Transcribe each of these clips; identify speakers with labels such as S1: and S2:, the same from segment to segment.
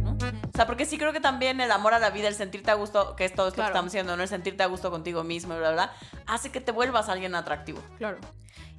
S1: ¿no? O sea, porque sí creo que también el amor a la vida, el sentirte a gusto, que es todo esto
S2: Claro.
S1: que estamos haciendo, ¿no? El sentirte a gusto contigo mismo, y bla, bla, bla, hace que te vuelvas alguien atractivo.
S2: Claro.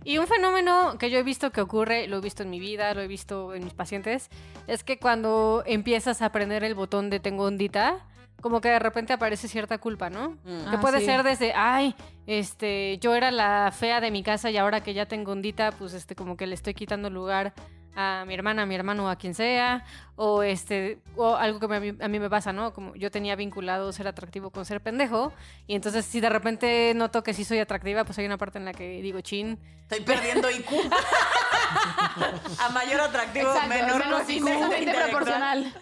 S2: Y un fenómeno que yo he visto que ocurre, lo he visto en mi vida, lo he visto en mis pacientes, es que cuando empiezas a aprender el botón de tengo ondita, como que de repente aparece cierta culpa, ¿no?
S1: Mm.
S2: Que
S3: Ah,
S2: puede
S3: sí.
S2: ser desde, ay, este, yo era la fea de mi casa y ahora que ya tengo ondita, pues este, como que le estoy quitando lugar a mi hermana, a mi hermano, a quien sea, o este, o algo que me- a mí- a mí me pasa, ¿no? Como yo tenía vinculado ser atractivo con ser pendejo, y entonces si de repente noto que sí soy atractiva, pues hay una parte en la que digo, chin,
S1: Estoy perdiendo IQ. a mayor atractivo,
S3: Exacto,
S1: menor
S3: menos
S1: coeficiente
S3: inversamente
S1: intelectual.
S3: proporcional.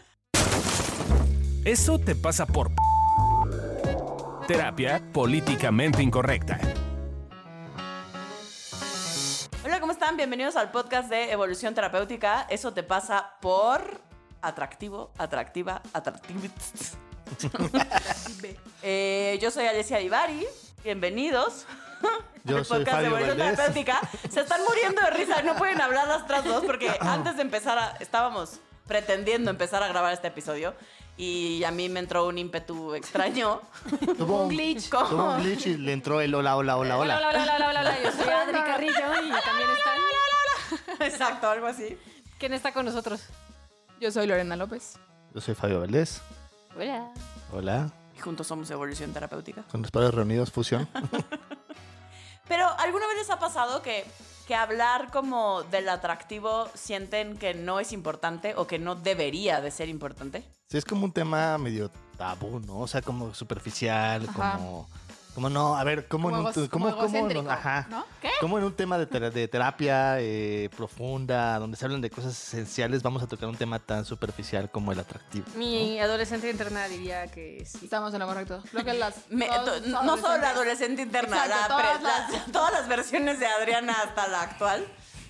S4: Eso te pasa por... p- Terapia políticamente incorrecta.
S1: Hola, ¿cómo están? Bienvenidos al podcast de Evolución Terapéutica. Eso te pasa por atractivo, atractiva, atractivo. Eh, yo soy Alessia Divari. Bienvenidos.
S5: Yo
S1: al
S5: soy
S1: podcast de
S5: Fabio
S1: Evolución
S5: Valdés.
S1: Terapéutica. Se están muriendo de risa, no pueden hablar las otras dos porque antes de empezar a- estábamos pretendiendo empezar a grabar este episodio y a mí me entró un ímpetu extraño.
S5: Tuvo un
S3: glitch.
S1: ¿Cómo?
S5: Tuvo un glitch y le entró el hola, hola, hola,
S2: Hola,
S5: hola.
S2: hola, hola, hola, hola, hola. Yo soy Adri Carrillo y también están.
S1: Exacto, algo así.
S2: ¿Quién está con nosotros?
S3: Yo soy Lorena López.
S5: Yo soy Fabio Valdés.
S2: Hola.
S5: Hola.
S1: Y juntos somos Evolución Terapéutica.
S5: Con los padres reunidos, fusión.
S1: Pero ¿alguna vez les ha pasado que, que hablar como del atractivo sienten que no es importante o que no debería de ser importante?
S5: Sí, es como un tema medio tabú, ¿no? O sea, como superficial,
S3: Ajá.
S5: como... Como no, a ver, ¿cómo en un...
S3: egos-
S5: cómo- cómo en un-
S3: egocéntrico,
S5: ajá.
S3: ¿no?
S5: ¿Cómo en un tema de, tera- de terapia eh, profunda, donde se hablan de cosas esenciales, vamos a tocar un tema tan superficial como el atractivo?
S2: Mi adolescente interna diría que sí.
S3: Estamos en lo correcto. Creo que las...
S1: Me-
S3: todos-
S1: to-
S3: todos
S1: no solo la
S3: decentes.
S1: adolescente interna,
S3: Exacto,
S1: la pre-
S3: todas las-
S1: las- todas las versiones de Adriana hasta la actual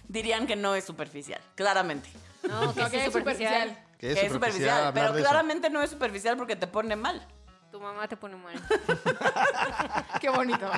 S1: dirían que no es superficial, claramente.
S2: No,
S3: Creo que es superficial.
S5: Que
S1: que es superficial,
S5: hablar
S1: pero
S5: de eso.
S1: claramente no es superficial porque te pone mal.
S2: Tu mamá te pone mal.
S3: Qué bonito.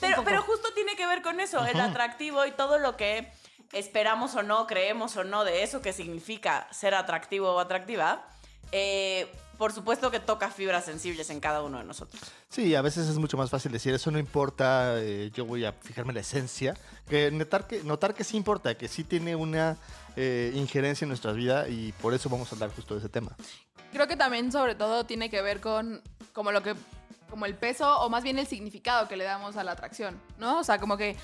S1: Pero, pero justo tiene que ver con eso, el atractivo y todo lo que esperamos o no, creemos o no de eso que significa ser atractivo o atractiva. eh, por supuesto que toca fibras sensibles en cada uno de nosotros.
S5: Sí, a veces es mucho más fácil decir eso no importa, eh, yo voy a fijarme en la esencia. Que notar que, notar que sí importa, que sí tiene una eh, injerencia en nuestra vida y por eso vamos a hablar justo de ese tema.
S3: Creo que también sobre todo tiene que ver con como lo que como el peso o más bien el significado que le damos a la atracción, ¿no? O sea, como que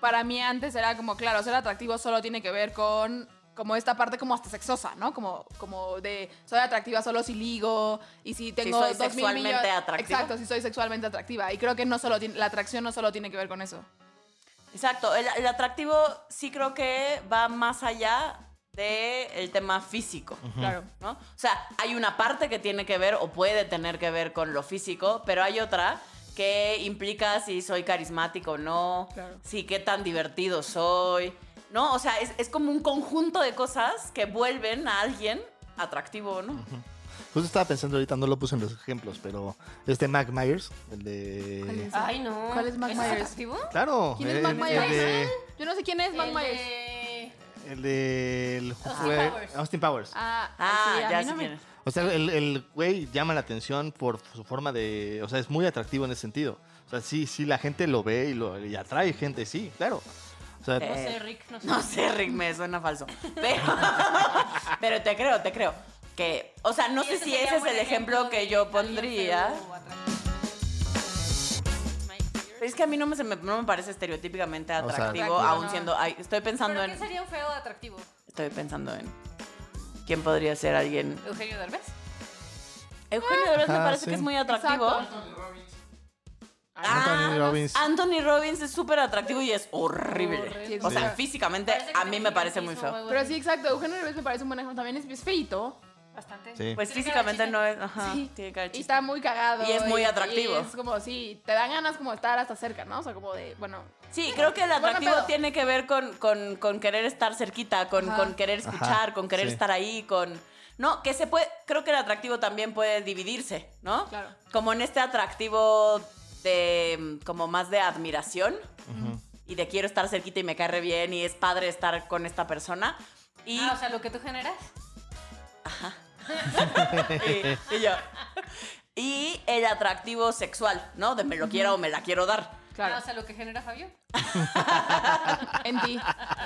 S3: para mí antes era como claro, ser atractivo solo tiene que ver con como esta parte como hasta sexosa, ¿no? Como como de soy atractiva solo si ligo y si tengo
S1: soy
S3: dos mil
S1: sexualmente
S3: millones-
S1: atractiva.
S3: Exacto, si soy sexualmente atractiva y creo que no solo tiene- la atracción no solo tiene que ver con eso.
S1: Exacto, el, el atractivo sí creo que va más allá del tema físico.
S3: Claro.
S1: ¿no? O sea, hay una parte que tiene que ver o puede tener que ver con lo físico, pero hay otra que implica si soy carismático o no,
S3: Claro.
S1: si qué tan divertido soy, ¿no? O sea, es, es como un conjunto de cosas que vuelven a alguien atractivo o no.
S5: Justo estaba pensando ahorita, no lo puse en los ejemplos, pero este Mac Myers, el
S3: ¿Cuál
S5: de...
S3: es?
S2: Ay, no.
S3: ¿Cuál es Mac
S2: ¿Ese
S3: Myers?
S2: atractivo?
S5: Claro,
S3: ¿Quién es
S5: el,
S3: Mac
S5: el
S3: Myers?
S5: de...
S3: Yo no sé quién es Mac
S2: El
S3: Myers.
S2: de-
S5: El del jue-
S2: Powers.
S5: Austin Powers.
S3: Ah,
S1: Ah,
S3: sí, a
S1: ya
S3: mí
S1: sé
S3: no me-
S1: quién es.
S5: O sea, el, el güey llama la atención por su forma de... O sea, es muy atractivo en ese sentido. O sea, sí, sí, la gente lo ve y, lo, y atrae gente, sí, claro. O sea, pues,
S1: Eh,
S2: No sé, Rick, no sé.
S1: No sé, Rick, me suena falso. Pero, pero te creo, te creo. Que, o sea, no
S2: Sí,
S1: sé si ese
S2: sería
S1: es
S2: buen
S1: el ejemplo
S2: de
S1: que yo
S2: alguien
S1: pondría.
S2: feo o atractivo. Mike Myers.
S1: Pero es que a mí no me, se me- no me parece estereotípicamente
S5: sea,
S1: atractivo,
S3: Atractivo,
S1: aún
S3: no.
S1: siendo... ay, estoy pensando
S2: ¿Pero
S1: en...
S2: qué sería un feo atractivo?
S1: Estoy pensando en quién podría ser alguien.
S2: ¿Eugenio Derbez?
S1: Eugenio Derbez me
S5: Ah,
S1: parece
S5: sí.
S1: que es muy atractivo.
S3: Exacto.
S1: Ah,
S5: Anthony Robbins.
S1: Anthony Robbins es súper atractivo y es horrible.
S2: Horrible.
S1: O sea,
S3: Sí.
S1: físicamente a mí me parece muy feo.
S3: Pero sí, exacto. Eugenio Derbez me parece un buen ejemplo. También es, es feíto
S2: Bastante.
S5: Sí.
S1: Pues
S2: Tiene
S1: físicamente
S2: cara
S1: no es. Ajá,
S3: Sí.
S1: tiene cara de
S3: y
S1: chiste.
S3: está muy cagado.
S1: Y es muy atractivo.
S3: y es como, sí, te dan ganas como de estar hasta cerca, ¿no? O sea, como de, bueno,
S1: Sí, creo que el atractivo
S3: pedo.
S1: tiene que ver con, con- con querer estar cerquita, con,
S3: Ajá.
S1: con querer escuchar,
S5: Ajá,
S1: con querer
S5: sí.
S1: estar ahí, con. No, que se puede. Creo que el atractivo también puede dividirse, ¿no?
S3: Claro.
S1: Como en este atractivo de. mm, como más de admiración.
S5: Ujú.
S1: y de quiero estar cerquita y me cae re bien y es padre estar con esta persona. Y,
S2: Ah, o sea, lo que tú generas.
S1: eh, y- y yo. Y el atractivo sexual, ¿no? De me lo quiera o me la quiero dar.
S2: Ah, o
S3: Claro.
S2: sea, lo que genera Fabio.
S3: En ti.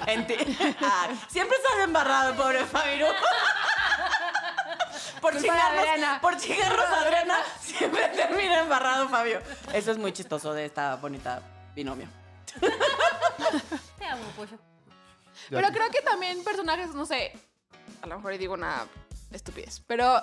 S1: En ti. Ay, ah, siempre estás embarrado, el pobre Fabiru. Por
S3: Culpa de
S1: chingarnos,
S3: Adriana.
S1: por chingarnos a Adriana, siempre termina embarrado Fabio. Eso es muy chistoso de esta bonita binomio.
S2: Te amo, pollo.
S5: Ya
S3: Pero
S5: te-
S3: creo que también personajes, no sé, a lo mejor digo una estupidez, pero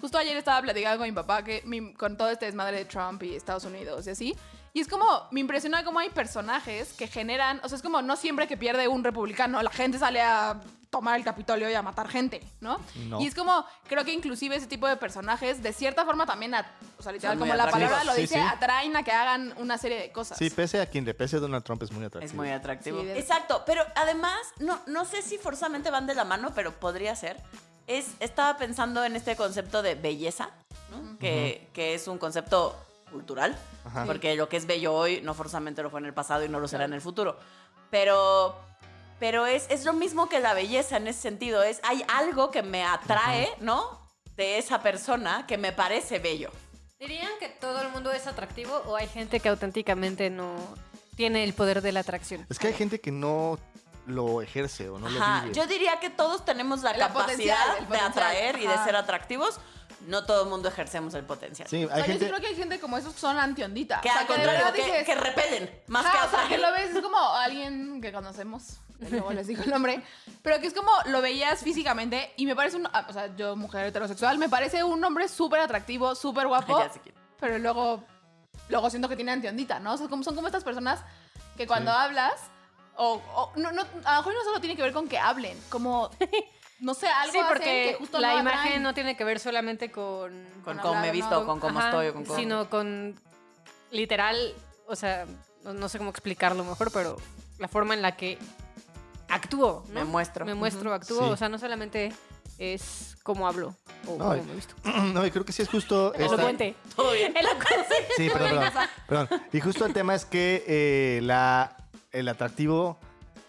S3: justo ayer estaba platicando con mi papá que mi- con todo este desmadre de Trump y Estados Unidos y así. Y es como, me impresiona cómo hay personajes que generan, o sea, es como no siempre que pierde un republicano, la gente sale a tomar el Capitolio y a matar gente, ¿no?
S5: No.
S3: Y es como, creo que inclusive ese tipo de personajes, de cierta forma también, at- o sea, literal,
S1: Son muy
S3: como la
S1: atractivos.
S3: palabra lo
S5: Sí,
S3: dice,
S5: sí.
S3: atraen a que hagan una serie de cosas.
S5: Sí, pese a quien le pese, Donald Trump es muy atractivo.
S1: Es muy atractivo.
S3: Sí, de-
S1: Exacto, pero además, no, no sé si forzosamente van de la mano, pero podría ser. Es, estaba pensando en este concepto de belleza, ¿no? que, que es un concepto cultural,
S5: Ajá. Sí.
S1: porque lo que es bello hoy no forzosamente lo fue en el pasado y no lo será en el futuro. Pero, pero es, es lo mismo que la belleza en ese sentido. Es, hay algo que me atrae, ¿no? De esa persona que me parece bello.
S2: ¿Dirían que todo el mundo es atractivo o hay gente que auténticamente no tiene el poder de la atracción?
S5: Es que hay gente que no lo ejerce o no
S1: Ajá,
S5: lo vive.
S1: Yo diría que todos tenemos la
S3: La
S1: capacidad
S3: potencial, el
S1: de
S3: potencial,
S1: atraer y de
S3: ajá.
S1: ser atractivos. No todo el mundo ejercemos el potencial.
S5: Sí,
S3: O
S5: hay
S3: sea, yo sí
S5: gente...
S3: creo que hay gente como esos que son anti-ondita.
S1: Que
S3: O sea,
S1: al
S3: de
S1: contrario,
S3: verdad
S1: que,
S3: dices,
S1: que repelen más que
S3: Ajá, o sea, que
S1: atraen.
S3: lo ves es como alguien que conocemos, que luego les digo el nombre, pero que es como lo veías físicamente y me parece un, ah, o sea, yo mujer heterosexual, me parece un hombre súper atractivo, súper guapo,
S1: Ya sé quién.
S3: pero luego luego siento que tiene antiondita, ¿no? O sea, como, son como estas personas que cuando hablas o, o- no, no, a lo mejor no solo tiene que ver con que hablen, como no sé, algo
S2: sí,
S3: hacen
S2: porque
S3: que justo
S2: la
S3: no
S2: imagen
S3: atraen.
S2: no tiene que ver solamente con...
S1: Con
S3: Con
S1: cómo me
S3: hablar,
S1: he visto,
S3: ¿no?
S1: con cómo
S2: Ajá,
S1: estoy, o con cómo.
S2: Sino con literal, o sea, no, no sé cómo explicarlo mejor, pero la forma en la que actúo. ¿no?
S1: Me muestro.
S2: Me muestro, actúo.
S5: Sí.
S2: O sea, no solamente es cómo hablo o
S5: No,
S2: cómo
S5: y-
S2: me he visto.
S5: No, y creo que sí es justo... esta-
S2: Elocuente.
S1: Todo bien.
S2: Elocuente.
S5: Sí, perdón, perdón, perdón. Y justo el tema es que eh, la, el atractivo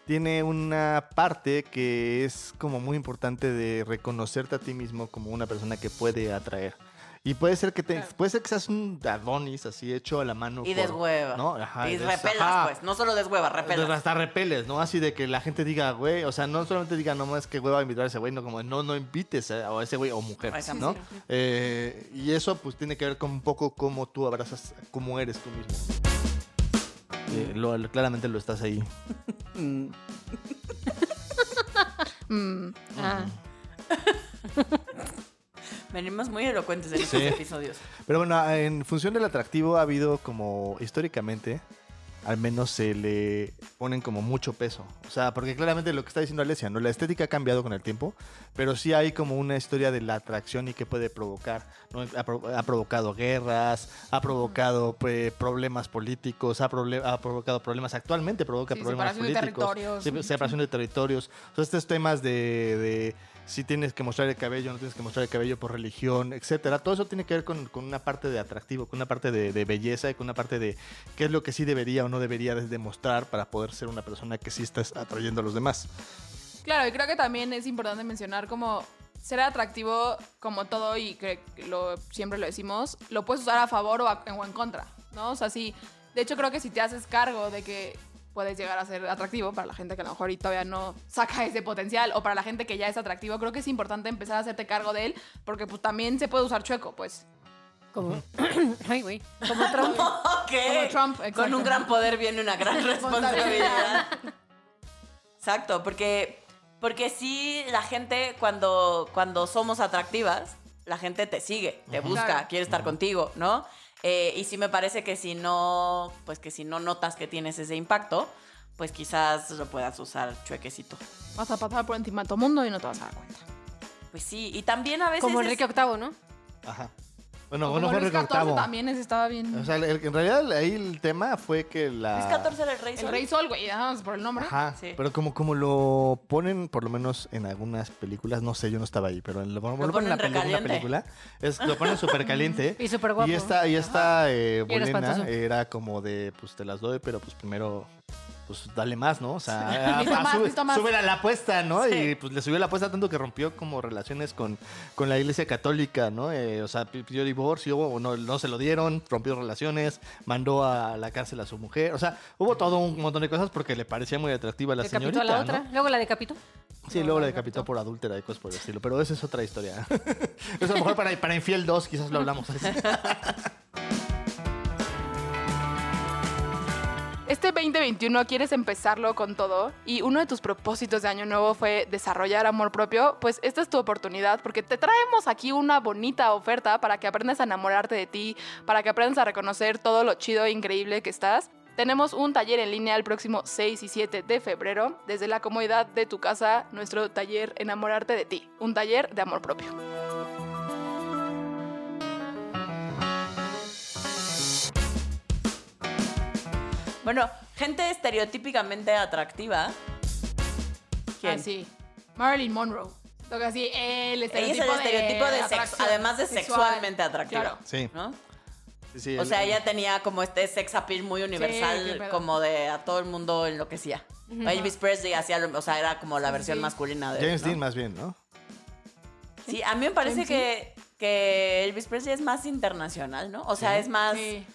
S5: tiene una parte que es como muy importante de reconocerte a ti mismo como una persona que puede atraer. Y puede ser que te, puede ser que seas un Adonis así hecho a la mano.
S1: Y
S5: por-
S1: deshueva.
S5: ¿no? Ajá,
S1: y
S5: des-
S1: repelas,
S5: ajá.
S1: pues. No solo deshueva,
S5: Pero
S1: repelas.
S5: Hasta repeles, ¿no? Así de que la gente diga, güey, o sea, no solamente diga, no más que güey va a invitar a ese güey, no como, no, no invites a a ese güey o mujer,
S1: A esa
S5: ¿no? Eh, y eso pues tiene que ver con un poco cómo tú abrazas, cómo eres tú mismo. Eh, lo- lo- claramente lo estás ahí.
S1: Mm.
S3: Mm.
S2: Ah.
S1: Venimos muy elocuentes en estos episodios.
S5: Pero bueno, en función del atractivo ha habido como históricamente, al menos se le ponen como mucho peso. O sea, porque claramente lo que está diciendo Alesia, ¿no? La estética ha cambiado con el tiempo, pero sí hay como una historia de la atracción y que puede provocar. ¿no? Ha, pro- ha provocado guerras, ha provocado pues, problemas políticos, ha, prole- ha provocado problemas. Actualmente provoca
S3: Sí,
S5: problemas
S3: separación de
S5: políticos.
S3: territorios.
S5: se- separación de territorios. O sea, estos temas de, de si tienes que mostrar el cabello, no tienes que mostrar el cabello por religión, etcétera. Todo eso tiene que ver con, con una parte de atractivo, con una parte de, de belleza y con una parte de qué es lo que sí debería o no debería de demostrar para poder ser una persona que sí estás atrayendo a los demás.
S3: Claro, y creo que también es importante mencionar como ser atractivo como todo y que lo, siempre lo decimos, lo puedes usar a favor o, a- o en contra, ¿no? O sea, sí, de hecho creo que si te haces cargo de que puedes llegar a ser atractivo para la gente que a lo mejor y todavía no saca ese potencial o para la gente que ya es atractivo, creo que es importante empezar a hacerte cargo de él porque pues también se puede usar chueco, pues.
S2: Como... Ay, güey.
S3: Como Trump.
S1: Ok.
S3: Como Trump,
S1: Eh, Con
S3: exacto.
S1: un gran poder viene una gran responsabilidad.
S3: Responsabilidad.
S1: Exacto, porque, porque sí, la gente, cuando, cuando somos atractivas, la gente te sigue, te busca,
S3: Claro.
S1: quiere estar contigo, ¿no? Eh, y sí me parece que si no, pues que si no notas que tienes ese impacto, pues quizás lo puedas usar chuequecito.
S3: Vas a pasar por encima de todo mundo y no te vas a dar cuenta.
S1: Pues sí, y también a veces...
S2: Como
S1: es-
S2: Enrique VIII, ¿no?
S5: Ajá. Bueno,
S3: Como
S5: bueno, fue
S3: Luis
S5: Enrique
S3: XIV
S5: VIII.
S3: también ese estaba bien.
S5: O sea, el- el- en realidad ahí el tema fue que la...
S1: Luis XIV era el rey.
S3: el
S1: Sol.
S3: Rey Sol, güey, nada más por el nombre.
S5: Ajá,
S1: Sí.
S5: pero como, como lo ponen, por lo menos en algunas películas, no sé, yo no estaba ahí, pero en lo, como
S1: Lo
S5: lo ponen en la
S1: ponen
S5: peli- una
S1: recaliente.
S5: película, es, lo ponen súper caliente.
S2: Y superguapo.
S5: Y esta, y esta
S2: Y
S5: eh,
S2: era
S5: Bolena
S2: espantoso.
S5: era como de, pues te las doy, pero pues primero pues dale más, ¿no? O sea,
S3: Necesito
S5: ah,
S3: más,
S5: sube,
S3: necesito más.
S5: sube la, la apuesta, ¿no?
S1: Sí.
S5: Y pues le subió la apuesta tanto que rompió como relaciones con, con la iglesia católica, ¿no? Eh, o sea, pi- pidió divorcio o no, no se lo dieron, rompió relaciones, mandó a la cárcel a su mujer. O sea, hubo todo un montón de cosas porque le parecía muy atractiva la
S2: Decapitó
S5: señorita.
S2: a la
S5: ¿no?
S2: otra, luego la decapitó.
S5: Sí, luego la decapitó por adúltera y cosas por el estilo. Pero esa es otra historia. Eso a lo mejor para, para Infiel 2 quizás lo hablamos.
S3: Este 2021 quieres empezarlo con todo y uno de tus propósitos de año nuevo fue desarrollar amor propio, pues esta es tu oportunidad porque te traemos aquí una bonita oferta para que aprendas a enamorarte de ti, para que aprendas a reconocer todo lo chido e increíble que estás. Tenemos un taller en línea el próximo 6 y 7 de febrero, desde la comodidad de tu casa, nuestro taller Enamorarte de ti, un taller de amor propio.
S1: Bueno, gente estereotípicamente atractiva. ¿Quién?
S3: Así. Ah, Marilyn Monroe. Lo que así,
S1: Ella es el
S3: el estereotipo
S1: estereotipo de, sex-
S3: atracción
S1: además de
S3: sexual.
S1: sexualmente atractiva.
S3: Claro.
S5: Sí.
S1: ¿no?
S5: sí, sí,
S1: O
S5: el-
S1: sea, ella tenía como este sex appeal muy
S3: Sí, qué
S1: universal,
S3: pedo.
S1: como de a todo el mundo enloquecía. Elvis Presley hacía lo, o sea, era como la versión
S3: sí.
S1: masculina de él,
S5: James
S1: ¿no?
S5: Dean más bien, ¿no?
S1: Sí, a mí me parece
S3: James
S1: que, que Elvis Presley es más internacional, ¿no? O sea, es más
S3: Sí.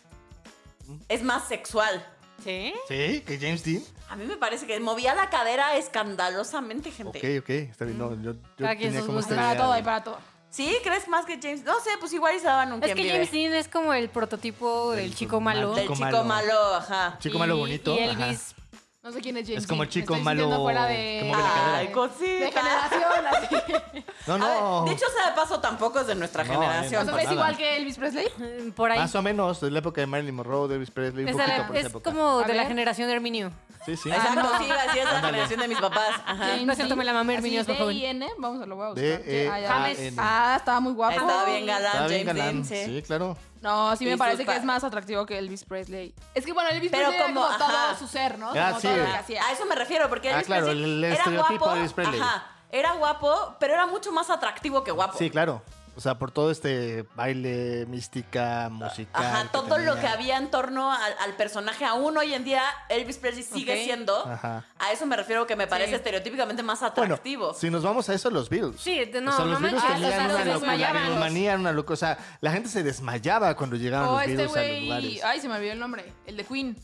S1: es más sexual.
S2: ¿Sí?
S5: Sí, que James Dean.
S1: A mí me parece que movía la cadera escandalosamente, gente.
S5: Ok, ok, está bien. No, yo, yo
S2: Para que
S5: tenía
S2: esos
S5: como
S2: gustos.
S5: esta
S3: Para
S5: idea
S3: todo,
S5: de-
S3: hay para todo.
S1: ¿Sí? ¿Crees más que James? No sé, pues igual y se daban un
S2: Es
S1: quien
S2: que
S1: vive.
S2: James Dean es como el prototipo del
S5: Del
S2: chico malo.
S1: Del
S5: Chico
S1: chico
S5: malo.
S1: malo, ajá.
S5: Chico malo
S2: Y-
S5: bonito.
S2: Y
S5: ajá.
S2: Elvis,
S3: No sé quién es James
S5: Es como
S3: Dean.
S5: chico
S3: Estoy sintiendo
S5: malo,
S3: Fuera de...
S5: que mueve la cadera.
S1: Ay, pues
S3: De
S1: cosita.
S3: generación, así.
S5: No,
S1: A ver,
S5: no.
S1: de hecho, sea de paso, tampoco es de nuestra
S5: No,
S1: generación.
S3: O sea, ¿es
S5: nada.
S3: igual que Elvis Presley?
S2: eh, por ahí.
S5: más o menos, de la época de Marilyn Monroe, Davis Presley, un
S2: es de
S5: poquito
S2: la-
S5: por esa
S2: es
S5: época.
S2: como
S3: A
S2: de la
S3: ver.
S2: generación de Herminio.
S5: Sí, sí.
S1: Exacto, sí, así es la generación de mis papás. Ajá.
S3: James
S2: No es cierto, me la mamé, Herminio es más joven.
S3: D-I-N, vamos a lo voy a buscar.
S5: D-E-A-N.
S3: Ah, ya.
S5: James.
S3: Ah, estaba muy guapo.
S1: Estaba bien galán
S5: Estaba bien
S1: James
S5: galán.
S1: Dean,
S5: sí.
S1: sí.
S5: claro.
S3: No, sí
S1: Y
S3: me
S1: sus
S3: parece que
S1: pa-
S3: es más atractivo que Elvis Presley. Es que, bueno, Elvis
S1: Pero
S3: Presley
S1: como,
S3: era como
S1: ajá.
S3: todo su ser, ¿no?
S5: Ah,
S3: como
S5: sí.
S3: todo lo que
S1: Ah,
S3: hacía.
S1: A eso me refiero, porque
S5: Ah,
S1: Elvis
S5: claro,
S1: Presley
S5: el
S1: era
S5: estereotipo
S1: guapo,
S5: de Elvis Presley.
S1: Ajá, era guapo, pero era mucho más atractivo que guapo.
S5: Sí, claro. O sea, por todo este baile, mística, musical.
S1: Ajá, todo lo que
S5: tenía.
S1: había en torno al, al personaje, aún hoy en día, Elvis Presley sigue
S3: Ok.
S1: siendo.
S5: Ajá.
S1: A eso me refiero que me parece
S3: Sí.
S1: estereotípicamente más
S5: Bueno,
S1: atractivo.
S5: si nos vamos a eso, los Beatles.
S2: Sí, de- no,
S5: o sea,
S2: no
S5: los Beatles
S2: manches,
S5: tenían
S2: o sea,
S5: una
S2: los
S5: locura, la
S2: desmayaban.
S5: bilomanía era una locura. O sea, la gente se desmayaba cuando llegaban
S3: Oh,
S5: Ah, los
S3: este
S5: Beatles a los
S3: güey.
S5: lugares.
S3: Ay, se me olvidó el nombre. El de Queen.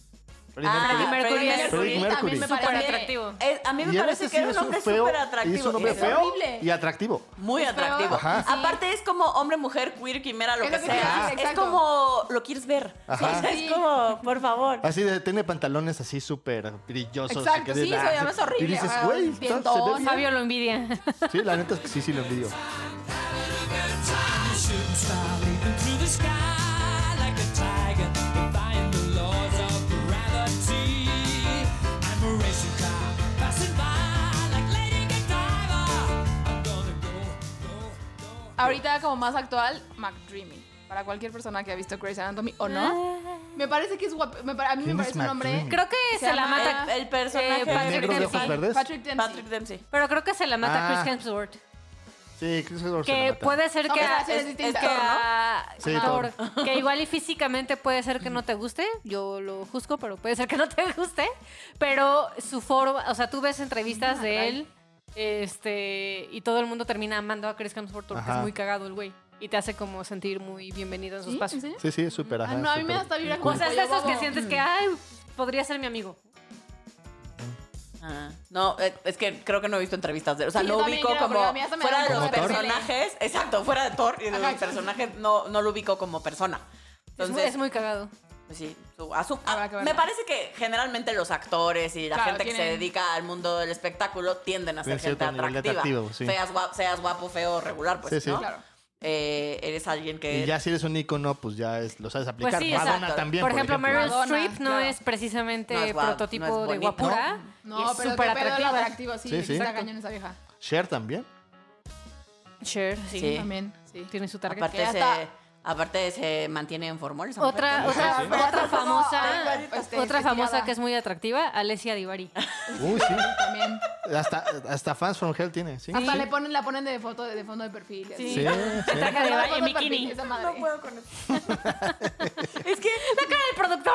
S5: Freddie
S1: Ah,
S5: Mercury.
S2: Freddie Mercury es-
S5: Freddie Mercury.
S3: También me
S2: Súper
S3: parece
S2: atractivo.
S1: Es- a mí me
S5: Y él
S1: parece
S5: ese
S1: que era
S5: sí
S1: un
S5: es
S1: hombre
S5: feo,
S1: súper
S5: Y es un
S1: atractivo.
S5: hombre
S1: Es
S5: feo
S3: horrible.
S5: y atractivo.
S1: Muy
S3: Es feo.
S1: atractivo.
S5: Ajá.
S3: Pues Sí.
S1: Aparte es como hombre, mujer, queer, quimera, lo
S3: Es
S1: que,
S3: lo que te iba a
S1: sea.
S3: decir,
S1: es
S3: exacto.
S1: como lo quieres ver.
S5: Ajá.
S1: O sea,
S3: Sí.
S1: Es como, por favor.
S5: Así de, tiene pantalones así súper brillosos.
S3: Exacto,
S5: así que
S3: sí,
S5: de-
S3: se llama es horrible,
S5: Y dices,
S3: ah,
S5: güey, está-
S3: bien
S5: se ve
S3: todo,
S5: bien.
S2: Fabio lo envidia.
S5: Sí, la neta es que sí, sí lo envidio.
S3: Ahorita como más actual, McDreamy. Para cualquier persona que ha visto Grey's Anatomy o no. Me parece que es guapo. me pa- a mí me
S5: ¿Quién es
S3: parece un hombre...
S5: McDreamy?
S2: Creo que se,
S3: Se
S2: la
S3: llama-
S2: mata.
S1: El, el personaje
S2: Eh,
S1: de
S2: Patrick
S5: negro de ojos
S2: Dempsey.
S5: verdes?
S3: Patrick Dempsey.
S1: Patrick Dempsey.
S2: Pero creo que se la mata
S5: Ah.
S2: Chris Hemsworth.
S5: Sí, Chris Hemsworth se la
S2: Que
S5: mata.
S2: puede ser
S3: No,
S2: que,
S3: pero
S2: a-
S3: esa es
S2: es-
S3: distinta,
S2: es que
S3: ¿no?
S2: a-
S5: Sí,
S2: Thor, Ah, que igual y físicamente puede ser que no te guste, yo lo juzgo, pero puede ser que no te guste, pero su forma, o sea, tú ves entrevistas de él, este, y todo el mundo termina amando a Chris Hemsworth porque
S5: Ajá.
S2: es muy cagado el güey y te hace como sentir muy bienvenido en su
S3: ¿Sí? ¿En
S2: espacio.
S3: serio?
S5: Sí, sí, es súper.
S3: Ah,
S5: ajá,
S3: no, a mí me
S5: súper
S3: da hasta vibra
S5: cool.
S2: O sea, es de
S3: Pollo
S2: esos que
S3: bobo.
S2: sientes que, ay, podría ser mi amigo.
S1: Ah, no, eh, es que creo que no he visto entrevistas de él. O sea,
S3: Sí, yo
S1: lo
S3: también
S1: ubico
S3: creo,
S1: como
S3: porque a mí hasta me
S1: fuera
S3: da
S1: de los
S5: como Thor.
S1: personajes. Exacto, fuera de Thor y de
S3: Ajá.
S1: los personajes no, no lo ubico como persona.
S2: Es muy-
S1: Entonces,
S2: es muy cagado.
S1: pues sí, su- a su-
S3: Habrá
S1: ah,
S3: que verla.
S1: me parece que generalmente los actores y la
S3: Claro,
S1: gente que se
S3: tienen-
S1: dedica al mundo del espectáculo tienden a ser
S5: Tienen cierto
S1: gente
S5: nivel de
S1: atractiva.
S5: atractivo, sí.
S1: seas, guapo, seas guapo, feo, regular, pues,
S5: Sí, sí.
S1: ¿no?
S3: Claro.
S1: Eh, eres alguien que...
S5: Y ya si eres un icono, pues ya es- lo sabes aplicar.
S2: sí,
S5: Madonna
S1: exacto.
S5: también,
S2: Por ejemplo, Meryl
S3: Madonna,
S2: Streep no
S3: claro.
S2: es precisamente
S1: No es guap-
S2: prototipo
S1: no es
S2: de
S1: bonita.
S2: guapura. y
S3: No,
S2: es
S3: pero
S2: súper
S3: qué pedo lo
S2: atractiva.
S3: atractivo, sí.
S5: Sí,
S3: de que
S5: sí.
S3: Está
S5: Exacto.
S3: cañón esa vieja.
S5: Cher también.
S2: Cher, sí.
S1: Sí.
S3: También, sí.
S2: Tiene su target.
S1: Aparte
S3: Ya
S1: se,
S3: está.
S1: aparte se mantiene en formol. esa mujer
S2: Otra,
S1: también.
S2: otra,
S5: Sí, sí.
S2: otra famosa,
S3: Ay, este,
S2: otra
S3: estirada.
S2: famosa que es muy atractiva, Alessia Divari.
S5: Uy, sí.
S3: También.
S5: Hasta, hasta Fans from Hell tiene, sí.
S3: Hasta le ponen, la ponen de foto de fondo de perfil.
S5: Sí,
S3: así.
S5: sí.
S2: Traca de
S3: Foto
S2: baño en
S3: de perfil,
S2: bikini.
S3: esa
S1: pues.
S3: madre.
S1: Es que
S2: La cara del productor.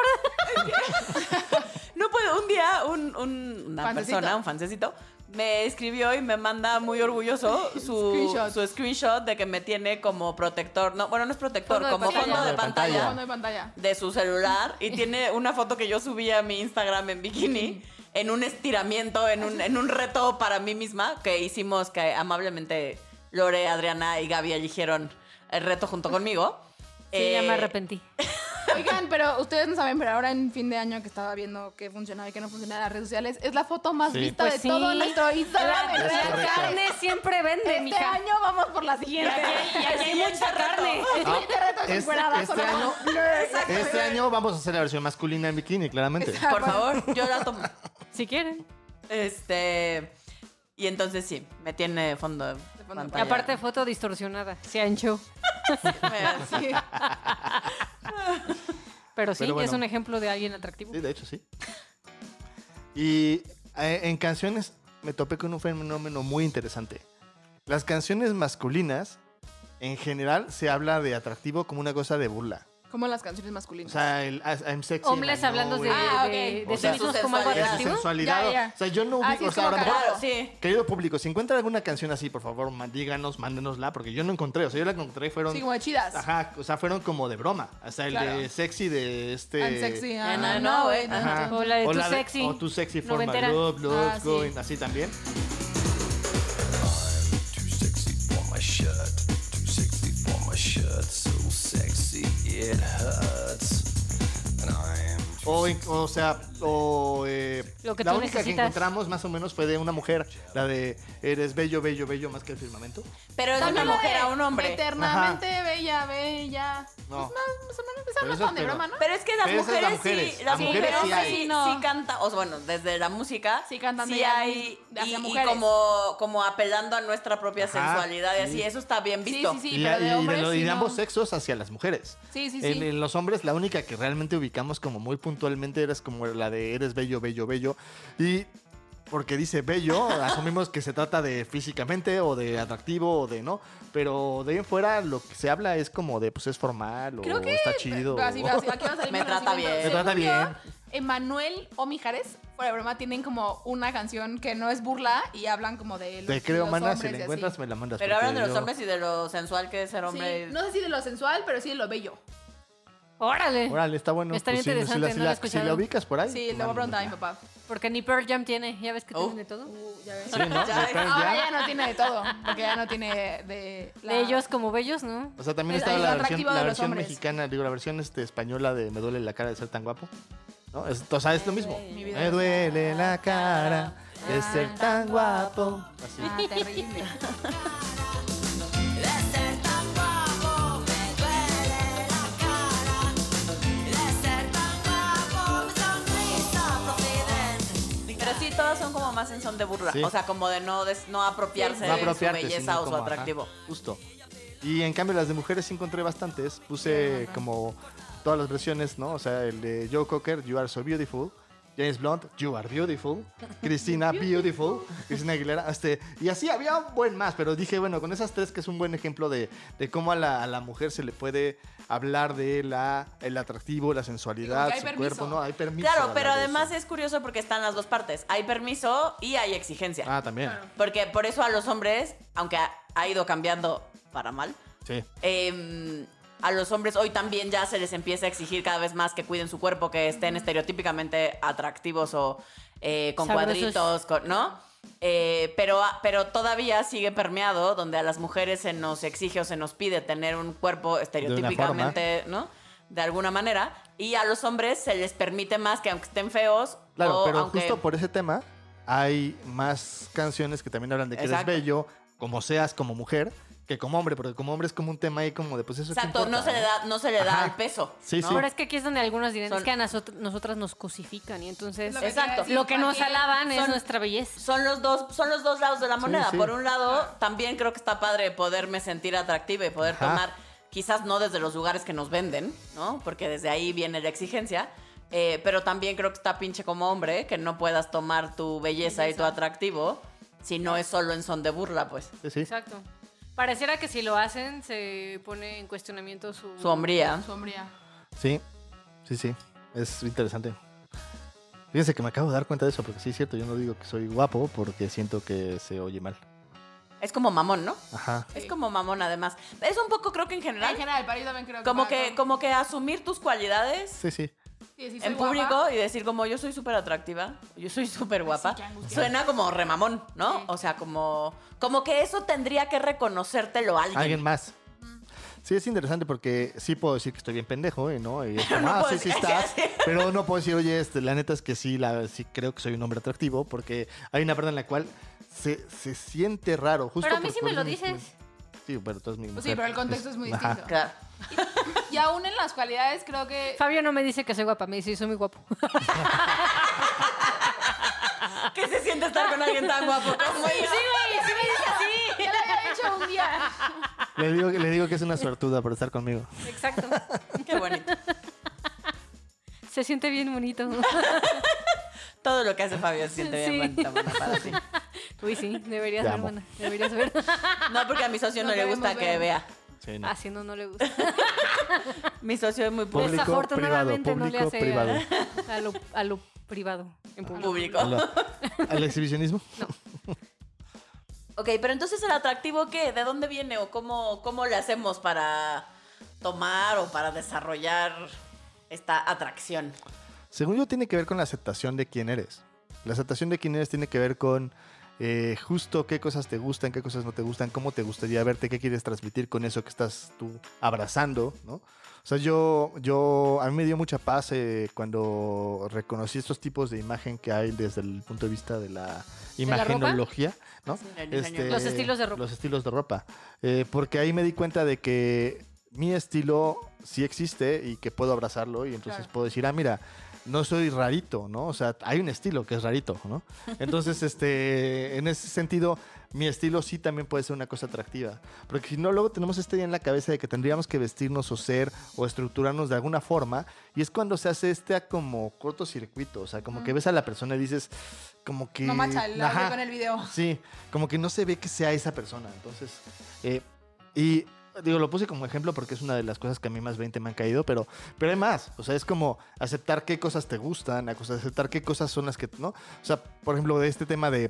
S1: no puedo, un día un- un- una
S3: Fancecito.
S1: persona, un fancecito, me escribió y me manda muy orgulloso su
S3: Screenshot.
S1: screenshot, su screenshot de que me tiene como protector. No, bueno, no es protector,
S2: Fondo de
S1: como
S2: pantalla.
S1: fondo de pantalla
S3: Fondo de pantalla.
S1: de su celular y tiene una foto que yo subí a mi Instagram en bikini en un estiramiento, en un, en un reto para mí misma que hicimos que amablemente Lore, Adriana y Gaby eligieron el reto junto conmigo.
S2: Sí, ya
S1: Eh,
S2: me arrepentí.
S3: Oigan, pero ustedes no saben, pero ahora en fin de año que estaba viendo qué funcionaba y qué no funcionaba en las redes sociales, es la foto más
S5: Sí.
S3: vista
S2: Pues
S3: de
S2: sí.
S3: todo nuestro Instagram. en
S2: La,
S3: redes
S2: la
S5: correcto.
S2: carne siempre vende,
S3: Este
S2: mija.
S3: año vamos por la
S2: Y
S3: siguiente.
S2: aquí hay- y aquí hay mucha carne.
S5: Ah,
S3: Este reto es
S5: este-
S3: encuerada,
S5: este
S3: solo-
S5: año-
S3: Exacto.
S5: Este año vamos a hacer la versión masculina en bikini, claramente.
S1: Por favor, yo la tomo.
S2: Si quieren.
S1: Este. Y entonces sí, me tiene fondo de
S3: fondo de
S2: Y
S1: pantalla.
S2: aparte, foto distorsionada. Se ancho.
S1: Me-
S3: Sí.
S2: Pero sí,
S5: Pero bueno.
S2: es un ejemplo de alguien atractivo.
S5: Sí, de hecho, sí. Y eh, en canciones me topé con un fenómeno muy interesante. Las canciones masculinas, en general, se habla de atractivo como una cosa de burla.
S3: Como las canciones
S5: O
S3: masculinas.
S5: sea, el I- I'm sexy.
S2: Hombres
S5: and I
S2: hablando
S5: know
S2: de,
S5: it.
S3: Ah,
S2: de-
S3: ok.
S2: de
S5: O
S2: sí
S5: sea,
S2: mismos
S1: su
S2: como algo
S1: sensualidad.
S5: Esa
S2: atractivo.
S5: sensualidad.
S3: Ya, ya.
S5: O sea, yo no
S3: Ah,
S5: ubico.
S3: sí,
S5: o
S3: es
S5: sea, a
S3: como
S5: lo mejor-
S1: Claro, sí.
S5: Querido público, si encuentran alguna canción así, por favor, ma- díganos, mándenosla, porque yo no encontré. O sea, yo la encontré, fueron.
S3: Sí, como de chidas.
S5: Ajá, o sea, fueron como de broma. O sea, el
S3: Claro.
S5: de sexy de este.
S3: I'm sexy, and
S1: Ajá.
S3: I know it.
S1: Ajá.
S2: O la de
S5: O
S2: tu
S5: la de-
S2: sexy.
S5: O tu sexy forma.
S2: Noventera.
S5: Love, love,
S3: Ah, sí.
S5: going, así también.
S6: Too sexy for my shirt. Too sexy for my shirt. So sexy it hurts. And I am too
S5: O, en- o sea, o. eh,
S2: Lo que
S5: la
S2: tú
S5: única que
S2: necesitas.
S5: encontramos más o menos fue de una mujer. La de Eres bello, bello, bello más que el firmamento.
S1: Pero es de una
S3: También la
S1: mujer
S3: de
S1: a un hombre.
S3: Eternamente bella, bella.
S5: No.
S3: Pues más, más o menos, esa
S5: Pero
S3: no es
S5: eso
S3: tan de
S5: es pedo.
S3: broma, ¿no?
S1: Pero es que las
S5: Pero esas
S1: mujeres,
S5: las
S1: sí,
S5: mujeres.
S1: las
S5: Sí,
S1: mujeres
S3: pero
S1: sí,
S3: sí hay.
S1: sí,
S3: no.
S1: cantan, o sea, bueno, desde la música
S3: Sí cantan
S1: sí
S3: de-
S1: hay y,
S3: hacia
S1: y
S3: mujeres.
S1: como como apelando a nuestra propia
S5: Ajá,
S1: sensualidad y así,
S5: sí.
S1: eso está bien
S3: Sí,
S1: visto.
S3: sí, sí,
S5: y,
S3: pero
S5: y
S3: de
S5: de
S3: hombres
S5: lo- y
S3: sí,
S5: de
S3: no.
S5: ambos sexos hacia las mujeres.
S3: Sí, sí, sí.
S5: En, en los hombres, la única que realmente ubicamos como muy puntualmente era como la de eres bello, bello, bello. Y porque dice bello, asumimos que se trata de físicamente o de atractivo o de no. Pero de ahí en fuera lo que se habla es como de pues es formal
S3: Creo
S5: o
S3: que
S5: está chido.
S3: Pero así,
S5: o-
S3: así, aquí va a salir
S1: Me
S3: mi
S1: trata bien.
S5: Me trata
S3: Según yo,
S5: bien.
S3: Emanuel o Mijares, por broma, tienen como una canción que no es burla y hablan como de los
S5: Te creo,
S3: los
S5: mana, si
S3: hombres
S5: la
S3: y así.
S5: encuentras me la mandas.
S1: Pero
S5: porque
S1: hablan de los
S5: yo-
S1: hombres y de lo sensual que es ser hombre.
S3: Sí, no sé si de lo sensual, pero sí de lo bello.
S2: Órale.
S5: Órale, está bueno.
S2: Está
S5: Pues sí,
S2: interesante,
S5: si la- si
S2: no lo he
S5: la- Si la
S2: escuchado.
S5: ubicas por ahí. pues
S3: Sí, le voy a preguntar a mi papá.
S2: Porque ni Pearl Jam tiene. Ya ves que
S1: Oh.
S2: tienen de todo.
S3: Uh, ya ves.
S5: Sí, ¿no?
S1: Ya,
S5: Sí, pero
S3: Ahora
S5: ya.
S3: ya no tiene de todo, porque ya no tiene de... la-
S2: De ellos como bellos, ¿no?
S5: O sea, también
S3: Es-
S5: está
S3: es
S5: la
S3: atractivo
S5: versión,
S3: de
S5: la
S3: los
S5: versión
S3: hombres.
S5: mexicana, digo, la versión este, española de Me duele la cara de ser tan guapo. ¿No? Es- o sea, es lo mismo.
S3: Mi vida
S5: Me
S3: es-
S5: duele la cara de
S3: Ah,
S5: ser tan guapo. Así.
S3: Ah, terrible.
S1: Pero sí, todas son como más en son de burla.
S5: Sí.
S1: O sea, como de no, des- no apropiarse
S5: No
S1: de
S5: apropiarte,
S1: su belleza
S5: sino
S1: o su
S5: como, ajá,
S1: atractivo.
S5: justo. Y en cambio las de mujeres sí encontré bastantes. Puse como todas las versiones, ¿no? O sea, el de Joe Cocker, You Are So Beautiful. James Blunt, You Are Beautiful. Cristina, Beautiful. Cristina Aguilera. Este, y así había un buen más, pero dije, bueno, con esas tres que es un buen ejemplo de, de cómo a la, a la mujer se le puede hablar de la, el atractivo, la sensualidad,
S3: que hay
S5: su
S3: permiso.
S5: cuerpo, ¿no? Hay permiso.
S1: Claro,
S5: de
S1: pero
S5: hablar de
S1: además
S5: eso.
S1: es curioso porque están las dos partes. Hay permiso y hay exigencia.
S5: Ah, también.
S1: Porque por eso a los hombres, aunque ha, ha ido cambiando para mal,
S5: Sí.
S1: eh, a los hombres hoy también ya se les empieza a exigir cada vez más que cuiden su cuerpo, que estén estereotípicamente atractivos o eh, con
S2: Sabrosos.
S1: cuadritos, con- ¿no? Eh, pero, pero todavía sigue permeado donde a las mujeres se nos exige o se nos pide tener un cuerpo estereotípicamente, ¿no? De alguna manera. Y a los hombres se les permite más que aunque estén feos
S5: Claro,
S1: o
S5: pero
S1: aunque...
S5: justo por ese tema hay más canciones que también hablan de que
S1: Exacto.
S5: eres bello, como seas como mujer, que como hombre, porque como hombre es como un tema ahí como de pues eso. qué
S1: Exacto, no
S5: importa,
S1: se le da, no se le da
S5: Ajá.
S1: el peso.
S5: Sí,
S1: ¿no?
S5: sí.
S2: Pero es que aquí es donde algunos dirán,
S1: Son-
S2: es que a nosot- nosotras nos cosifican y entonces
S3: Lo
S1: que Exacto.
S3: quiere decir
S2: lo que nos
S3: cualquier-
S2: alaban es
S1: son-
S2: nuestra belleza.
S1: son los dos son los dos lados de la moneda.
S5: sí. Ah.
S1: Por un lado, también creo que está padre poderme sentir atractiva y poder
S5: Ajá.
S1: tomar, quizás no desde los lugares que nos venden, ¿no? Porque desde ahí viene la exigencia. Eh, pero también creo que está pinche como hombre que no puedas tomar tu belleza y tu atractivo si no es solo en son de burla, pues.
S5: Sí, sí.
S2: Exacto. Pareciera que si lo hacen se pone en cuestionamiento su...
S1: Su hombría.
S3: Sombría.
S5: Sí, sí, sí. Es interesante. Fíjense que me acabo de dar cuenta de eso, porque sí es cierto, yo no digo que soy guapo porque siento que se oye mal.
S1: Es como mamón, ¿no?
S5: Ajá.
S1: Es como mamón, además. Es un poco, creo que en general.
S3: En general, pero yo también creo que.
S1: como,
S3: va
S1: que,
S3: con-
S1: como que asumir tus cualidades
S5: Sí, sí.
S3: Sí, sí, soy
S1: en
S3: guapa.
S1: público y decir como yo soy súper atractiva, yo soy súper guapa,
S3: qué angustia.
S1: suena como remamón, ¿no?
S3: Sí.
S1: O sea, como, como que eso tendría que reconocértelo alguien.
S5: Alguien más. Sí, es interesante porque sí puedo decir que estoy bien pendejo, ¿eh? ¿no? Y es como,
S1: no
S5: ah,
S1: puedo
S5: sí, sí
S1: decir-
S5: estás. Pero no puedo decir, oye, este, la neta es que sí, la, sí creo que soy un hombre atractivo porque hay una parte en la cual se, se siente raro. Justo
S2: Pero a mí
S5: por-
S2: sí
S5: por
S2: me lo
S5: mi-
S2: dices.
S5: Sí, pero tú eres mi
S3: Pues
S5: mujer.
S3: sí, pero el contexto es muy
S5: Ajá.
S3: distinto.
S1: Claro.
S3: Y aún en las cualidades, creo que.
S2: Fabio no me dice que soy guapa, me dice soy muy guapo.
S1: ¿Qué se siente estar con alguien tan guapo
S3: Ah,
S1: como yo?
S2: güey, sí me dice así.
S3: Ya lo había dicho un día.
S5: Le digo, le digo que es una suertuda por estar conmigo.
S2: Exacto.
S1: Qué bonito.
S2: Se siente bien bonito.
S1: Todo lo que hace Fabio se siente bien
S2: Sí.
S1: bonita, buena para ti.
S2: Uy, sí, deberías
S5: Te
S2: ver,
S5: amo.
S2: bueno, deberías ver.
S1: No, porque a mi socio no,
S3: No
S1: le
S3: queremos
S1: gusta que
S3: ver.
S1: vea.
S5: Sí, no.
S2: Así Ah, no, no le gusta.
S1: Mi socio es muy
S5: Público,
S1: público.
S2: Desafortunadamente
S5: privado,
S2: no le hace
S5: público,
S2: A, a lo, a lo privado, en público.
S1: público.
S5: Al, al exhibicionismo.
S1: Ok, pero entonces el atractivo, ¿qué? ¿De dónde viene? ¿O cómo, cómo le hacemos para tomar o para desarrollar esta atracción?
S5: Según yo, tiene que ver con la aceptación de quién eres. La aceptación de quién eres tiene que ver con eh, justo qué cosas te gustan, qué cosas no te gustan, cómo te gustaría verte, qué quieres transmitir con eso que estás tú abrazando, ¿no? O sea, yo, yo, a mí me dio mucha paz eh, cuando reconocí estos tipos de imagen que hay desde el punto de vista de la
S2: la ropa?
S5: imagenología, ¿no? Este,
S1: el diseño.
S2: Los estilos de ropa.
S5: Los estilos de ropa. Eh, porque ahí me di cuenta de que mi estilo sí existe y que puedo abrazarlo y entonces
S3: Claro.
S5: puedo decir, ah, mira, no soy rarito, ¿no? O sea, hay un estilo que es rarito, ¿no? Entonces, este, en ese sentido, mi estilo sí también puede ser una cosa atractiva. Porque si no, luego tenemos esta idea en la cabeza de que tendríamos que vestirnos o ser o estructurarnos de alguna forma. Y es cuando se hace este como cortocircuito. O sea, como que ves a la persona y dices, como que...
S3: No macha, el audio
S5: Ajá.
S3: con el video.
S5: Sí, como que no se ve que sea esa persona. Entonces, eh, y digo, lo puse como ejemplo porque es una de las cosas que a mí más 20 me han caído, pero, pero hay más. O sea, es como aceptar qué cosas te gustan, acos- aceptar qué cosas son las que, ¿no? O sea, por ejemplo, de este tema de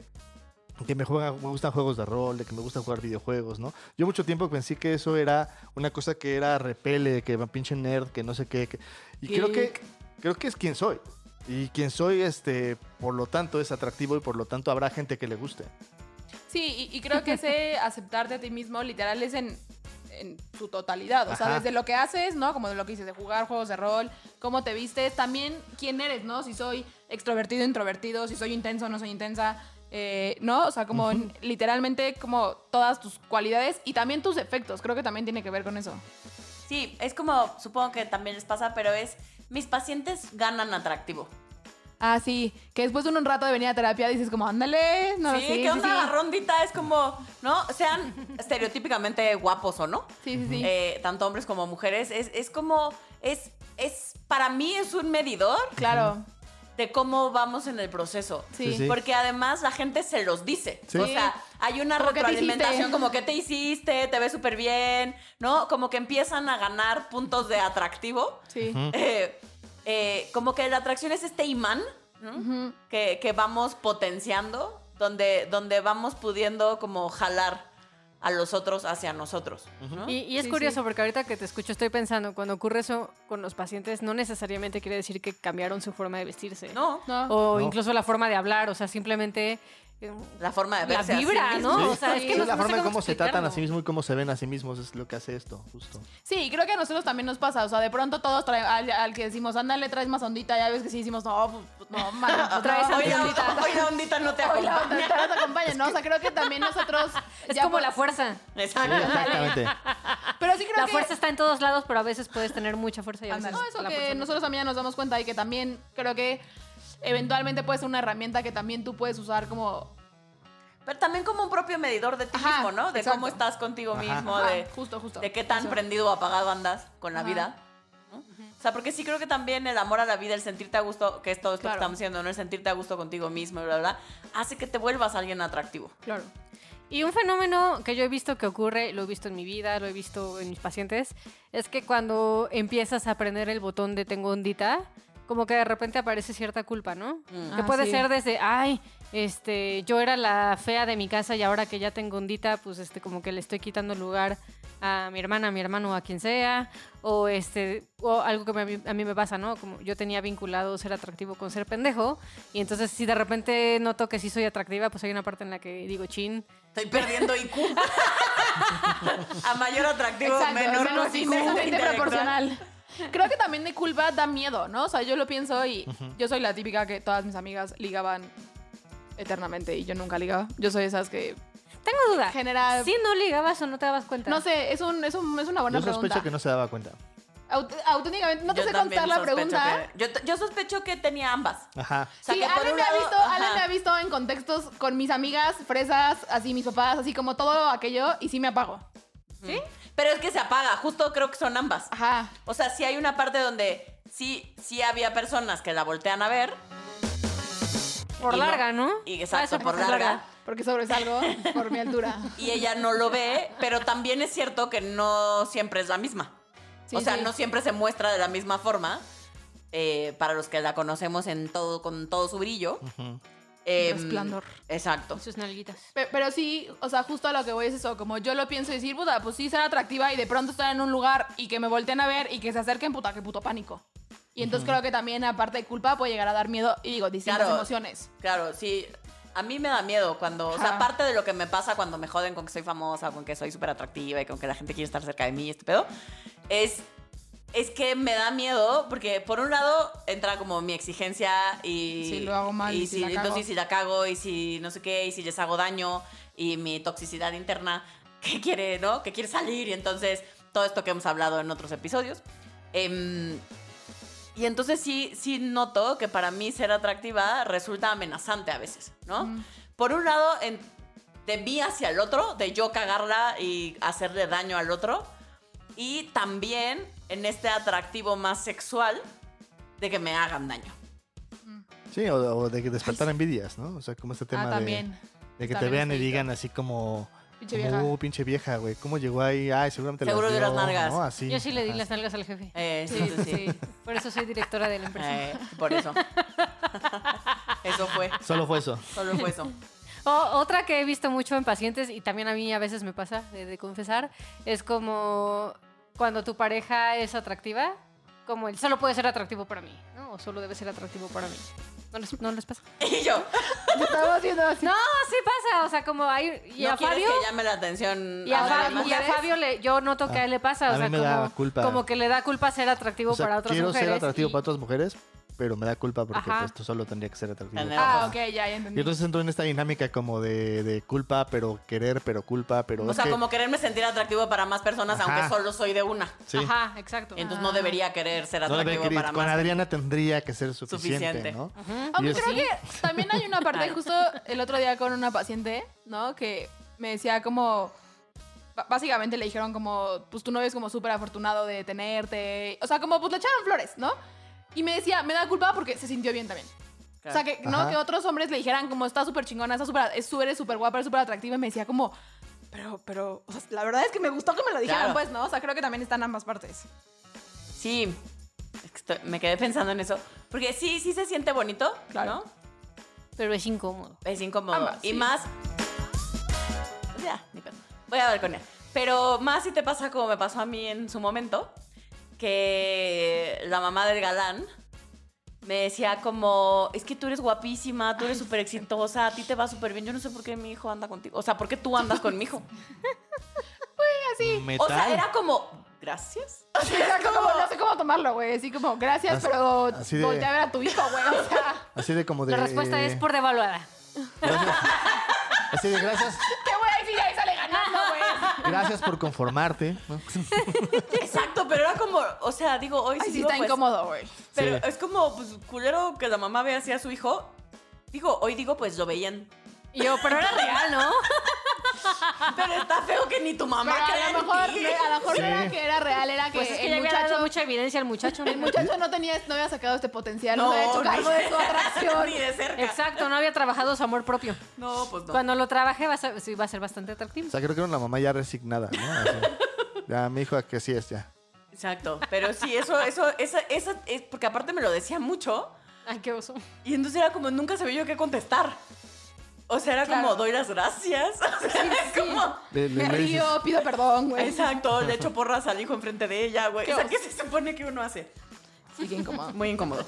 S5: que me, juega, me gustan juegos de rol, de que me gusta jugar videojuegos, ¿no? Yo mucho tiempo pensé que eso era una cosa que era repele, que va pinche nerd, que no sé qué. que- y creo que, creo que es quien soy. Y quien soy, este, por lo tanto, es atractivo y por lo tanto habrá gente que le guste.
S3: Sí, y, y creo que ese aceptarte a ti mismo literal es en, en su totalidad. O sea,
S5: Ajá.
S3: desde lo que haces, ¿no? Como de lo que dices, de jugar juegos de rol, cómo te vistes, también quién eres, ¿no? Si soy extrovertido, introvertido, si soy intenso, no soy intensa. eh, ¿No? O sea, como en- literalmente como todas tus cualidades y también tus defectos. Creo que también tiene que ver con eso.
S1: Sí, es como, supongo que también les pasa, pero es, mis pacientes ganan atractivo.
S3: Ah, sí. Que después de un rato de venir a terapia dices como, ándale, no
S1: sí, ¿qué onda la rondita? Es como, ¿no? Sean estereotípicamente guapos o no,
S3: Sí, sí, sí.
S1: eh, tanto hombres como mujeres, es, es como, es, es, para mí es un medidor
S3: claro.
S1: de cómo vamos en el proceso.
S3: Sí.
S5: Sí, sí.
S1: Porque además la gente se los dice.
S5: Sí.
S1: O sea, hay una
S3: Como, ¿qué te
S1: retroalimentación
S3: hiciste?
S1: como que te hiciste, te ves súper bien, ¿no? Como que empiezan a ganar puntos de atractivo.
S3: Sí.
S1: Eh, eh, como que la atracción es este imán ¿no?
S3: Ujú.
S1: que, que vamos potenciando, donde, donde vamos pudiendo como jalar a los otros hacia nosotros. ¿no?
S2: Y, y es
S3: Sí,
S2: curioso
S3: sí.
S2: porque ahorita que te escucho estoy pensando, cuando ocurre eso con los pacientes, no necesariamente quiere decir que cambiaron su forma de vestirse.
S1: No,
S3: No.
S2: O
S5: No.
S2: incluso la forma de hablar, o sea, simplemente eh,
S1: la forma de
S2: la
S1: verse a sí
S2: vibra,
S1: mismo.
S2: ¿no?
S5: Sí.
S2: O sea, es que
S5: Sí,
S2: no,
S5: la
S2: no sé
S5: forma en cómo se tratan a sí
S2: explicarlo.
S5: mismos y cómo se ven a sí mismos es lo que hace esto, justo.
S3: Sí, y creo que a nosotros también nos pasa. O sea, de pronto todos traen al, al que decimos, ándale, traes más ondita. Ya ves que sí decimos, no, pues, pues, no, man, pues, no,
S2: Traes
S3: hoy
S1: Hoy
S3: la
S1: la,
S3: ondita.
S1: hoy la ondita no te
S3: Hoy la
S1: acompaña.
S3: ondita no te acompaña, ¿no? O sea, creo que también nosotros.
S2: Es
S3: ya
S2: como
S3: por-
S2: la fuerza.
S5: Sí,
S1: Exacto.
S5: exactamente.
S3: Pero sí creo
S2: La
S3: que. Ah,
S2: fuerza está en todos lados, pero a veces puedes tener mucha fuerza y a veces
S3: No, eso
S2: la
S3: que
S2: fuerza no.
S3: nosotros también ya nos damos cuenta y que también creo que eventualmente puede ser una herramienta que también tú puedes usar como.
S1: Pero también como un propio medidor de ti
S3: Ajá,
S1: mismo, ¿no? De
S3: exacto.
S1: cómo estás contigo mismo,
S3: Ajá,
S1: de,
S3: ah, justo, justo.
S1: de qué tan
S3: Eso.
S1: prendido o apagado andas con la
S3: Ajá.
S1: vida. ¿no? O sea, porque sí creo que también el amor a la vida, el sentirte a gusto, que es todo esto
S3: Claro.
S1: que estamos haciendo, ¿no? El sentirte a gusto contigo mismo, y bla, bla, bla, hace que te vuelvas alguien atractivo.
S3: Claro.
S2: Y un fenómeno que yo he visto que ocurre, lo he visto en mi vida, lo he visto en mis pacientes, es que cuando empiezas a aprender el botón de tengo ondita, como que de repente aparece cierta culpa, ¿no?
S1: Mm.
S2: Que
S3: Ah,
S2: puede
S3: sí.
S2: ser desde, ay, este, yo era la fea de mi casa y ahora que ya tengo ondita, pues este, como que le estoy quitando lugar a mi hermana, a mi hermano, a quien sea, o este, o algo que me- a mí, a mí me pasa, ¿no? Como yo tenía vinculado ser atractivo con ser pendejo, y entonces si de repente noto que sí soy atractiva, pues hay una parte en la que digo, chin,
S1: Estoy perdiendo IQ. A mayor atractivo,
S3: Exacto,
S1: menor
S3: o sea,
S1: no
S3: inversamente proporcional. Creo que también de culpa da miedo, ¿no? O sea, yo lo pienso y yo soy la típica que todas mis amigas ligaban eternamente y yo nunca ligaba. Yo soy esas que
S2: tengo duda.
S3: genera...
S2: Si no ligabas o no te dabas cuenta.
S3: No sé, es, un, es, un- es una buena
S5: Yo
S3: pregunta.
S5: sospecho que no se daba cuenta.
S3: Aut- auténticamente, no te
S1: Yo
S3: sé
S1: también
S3: contestar la
S1: sospecho
S3: pregunta. ¿eh?
S1: que- yo, t- yo sospecho que tenía ambas.
S5: Ajá.
S1: O sea,
S3: sí,
S1: que por
S3: Ale
S1: un
S3: me, ha
S1: lado-
S3: visto,
S1: ajá.
S3: Ale me ha visto en contextos con mis amigas, fresas, así mis papás, así como todo aquello, y sí me apago.
S1: Pero es que se apaga, justo creo que son ambas.
S3: Ajá.
S1: O sea, sí hay una parte donde sí, sí había personas que la voltean a ver.
S2: Por
S1: y no-
S2: larga, ¿no?
S1: Y
S2: Ah,
S1: exacto,
S2: esa
S1: por
S2: parte es
S1: larga.
S3: Porque sobresalgo por mi altura.
S1: Y ella no lo ve, pero también es cierto que no siempre es la misma.
S3: Sí,
S1: o sea,
S3: sí.
S1: no siempre se muestra de la misma forma. eh, para los que la conocemos en todo, con todo su brillo. Em,
S3: Resplandor.
S1: Exacto.
S2: Sus nalguitas.
S3: Pe- Pero sí, o sea, justo a lo que voy es eso, como yo lo pienso y decir, puta, pues sí ser atractiva y de pronto estar en un lugar y que me volteen a ver y que se acerquen, puta, que puto pánico. Y entonces creo que también, aparte de culpa, puede llegar a dar miedo y digo, distintas
S1: Claro.
S3: emociones.
S1: Claro, sí. A mí me da miedo cuando, o sea,
S3: Ajá.
S1: aparte de lo que me pasa cuando me joden con que soy famosa, con que soy súper atractiva y con que la gente quiere estar cerca de mí y este pedo, es, es que me da miedo porque por un lado entra como mi exigencia y...
S3: Si lo hago mal,
S1: y
S3: y si la cago.
S1: entonces si la cago y si no sé qué, y si les hago daño y mi toxicidad interna que quiere, ¿no? Que quiere salir y entonces todo esto que hemos hablado en otros episodios. Em, y entonces sí, sí noto que para mí ser atractiva resulta amenazante a veces, ¿no? Por un lado, en- de mí hacia el otro, de yo cagarla y hacerle daño al otro. Y también en este atractivo más sexual de que me hagan daño.
S5: Sí, o, o de que despertar envidias, ¿no? O sea, como este tema
S3: ah,
S5: de-
S3: también.
S5: de, que te
S3: También
S5: vean y
S3: es feíto.
S5: digan así como...
S3: Pinche
S5: como,
S3: vieja.
S5: "Uh, pinche vieja, güey. ¿Cómo llegó ahí? Ay, seguramente
S1: Seguro
S5: las
S1: vio
S5: dio,
S1: las nalgas.
S5: ¿no? Así.
S2: Yo sí le di
S5: Ajá.
S2: las nalgas al jefe.
S1: Eh, sí,
S2: Sí,
S1: sí, sí.
S2: sí. Por eso soy directora de la empresa.
S1: Eh, por eso. eso fue.
S5: Solo fue eso.
S1: Solo fue eso.
S2: O- otra que he visto mucho en pacientes y también a mí a veces me pasa de, de confesar, es como cuando tu pareja es atractiva, como él solo puede ser atractivo para mí, ¿no? O solo debe ser atractivo para mí. ¿No les, no les pasa?
S1: Y yo,
S3: Estamos viendo así.
S2: No, sí pasa, o sea, como hay... Y
S1: ¿no
S2: a
S1: quieres
S2: Fabio...
S1: que llame la atención?
S2: Y a,
S1: a
S3: Ahora,
S2: Fabio,
S1: alguien
S2: y a
S1: más?
S3: mujeres.
S2: Fabio le, yo noto que a él le pasa,
S5: A
S2: o
S5: mí
S2: sea,
S5: me
S2: como,
S5: da culpa.
S2: como que le da culpa ser atractivo
S5: O sea,
S2: para otras
S5: quiero
S2: mujeres.
S5: ser atractivo
S2: y-
S5: para otras mujeres, pero me da culpa porque
S2: Ajá.
S5: pues, tú solo tendría que ser atractivo.
S1: En el-
S3: Ah, ok, ya, ya entendí.
S5: Y entonces entro en esta dinámica como de, de culpa, pero querer, pero culpa, pero...
S1: O
S5: es
S1: sea,
S5: que-
S1: como quererme sentir atractivo para más personas,
S5: Ajá.
S1: aunque solo soy de una.
S5: Sí.
S2: Ajá, exacto.
S1: Entonces
S3: Ah.
S1: no debería querer ser
S5: No
S1: atractivo
S5: debería querer-
S1: para
S5: con
S1: más.
S5: Adriana tendría que ser
S1: Suficiente.
S5: suficiente, ¿no? Y
S3: Aunque
S5: es-
S3: creo que también hay una parte,
S1: Claro.
S3: justo el otro día con una paciente, ¿no? Que me decía como... b- Básicamente le dijeron como, pues tu novio es como súper afortunado de tenerte. O sea, como pues le echaban flores, ¿no? Y me decía, me da culpa porque se sintió bien también.
S1: Claro.
S3: O sea, que,
S5: Ajá.
S3: no, que otros hombres le dijeran como, está súper chingona, está súper, es- tú eres súper guapa, eres súper atractiva. Y me decía como, pero, pero, o sea, la verdad es que me gustó que me lo dijeran,
S1: Claro.
S3: pues, ¿no? O sea, creo que también están ambas partes.
S1: Sí, es que estoy- me quedé pensando en eso. Porque sí, sí se siente bonito,
S3: Claro.
S1: ¿no?
S2: ah, Pero es incómodo.
S1: Es incómodo.
S3: Ambas,
S1: y
S3: sí.
S1: más. Ya, ni pedo. Voy a balconear. Pero más si te pasa como me pasó a mí en su momento, que la mamá del galán me decía como, es que tú eres guapísima, tú eres súper exitosa, a ti te va súper bien. Yo no sé por qué mi hijo anda contigo. O sea, ¿por qué tú andas con mi hijo?
S2: Ah,
S5: metal.
S1: O sea, era como, gracias.
S3: Era como, no sé cómo tomarlo, güey. Así como, gracias,
S5: Así-
S3: pero
S5: así de-
S3: voltea a ver a tu hijo, güey. O sea,
S5: Así de como de...
S2: La respuesta es por devaluada.
S5: Gracias. Así de gracias,
S3: ¿qué voy a decir? Ahí sale ganando, güey.
S5: gracias por conformarte. ¿no?
S1: Exacto, pero era como, o sea, digo, hoy sí,
S3: Ay, sí
S1: digo,
S3: está
S1: pues,
S3: incómodo, güey.
S1: Pero
S5: Sí.
S1: es como, pues, culero que la mamá vea así a su hijo. Digo, hoy digo, pues lo veían.
S2: Y yo, pero era real, ¿no?
S1: Pero está feo que ni tu mamá
S3: Pero
S1: crea
S3: a
S1: en
S3: lo mejor,
S1: ti.
S3: no- a lo mejor no
S5: Sí.
S3: era que era real, era que,
S2: Pues es que
S3: el
S2: le había dado
S3: muchacho...
S2: mucha evidencia al muchacho,
S3: El
S2: ¿no?
S3: muchacho no tenía, no había sacado este potencial, no,
S1: No,
S3: había hecho
S1: ni-
S3: cargo de su atracción.
S1: Ni de cerca.
S2: Exacto, no había trabajado su amor propio.
S1: No, pues no.
S2: Cuando lo trabaje va a ser, sí, va a ser bastante atractivo.
S5: O sea, creo que era una mamá ya resignada, ¿no? Así. Ya, mi hijo, que sí es, ya.
S1: Exacto, pero sí, eso, eso, esa, esa, es porque aparte me lo decía mucho
S2: Ay, qué oso.
S1: y entonces era como, nunca sabía yo qué contestar. O sea, era como,
S3: Claro.
S1: doy las gracias. O sea, es como,
S5: Le- le-
S3: Me
S5: le dices,
S3: río, pido perdón, güey.
S1: exacto, le echo porras al hijo enfrente de ella, güey.
S3: Pues. Qué
S1: O sea,
S3: oso.
S1: ¿qué se supone que uno hace?
S3: Sí, qué incómodo.
S1: Muy incómodo.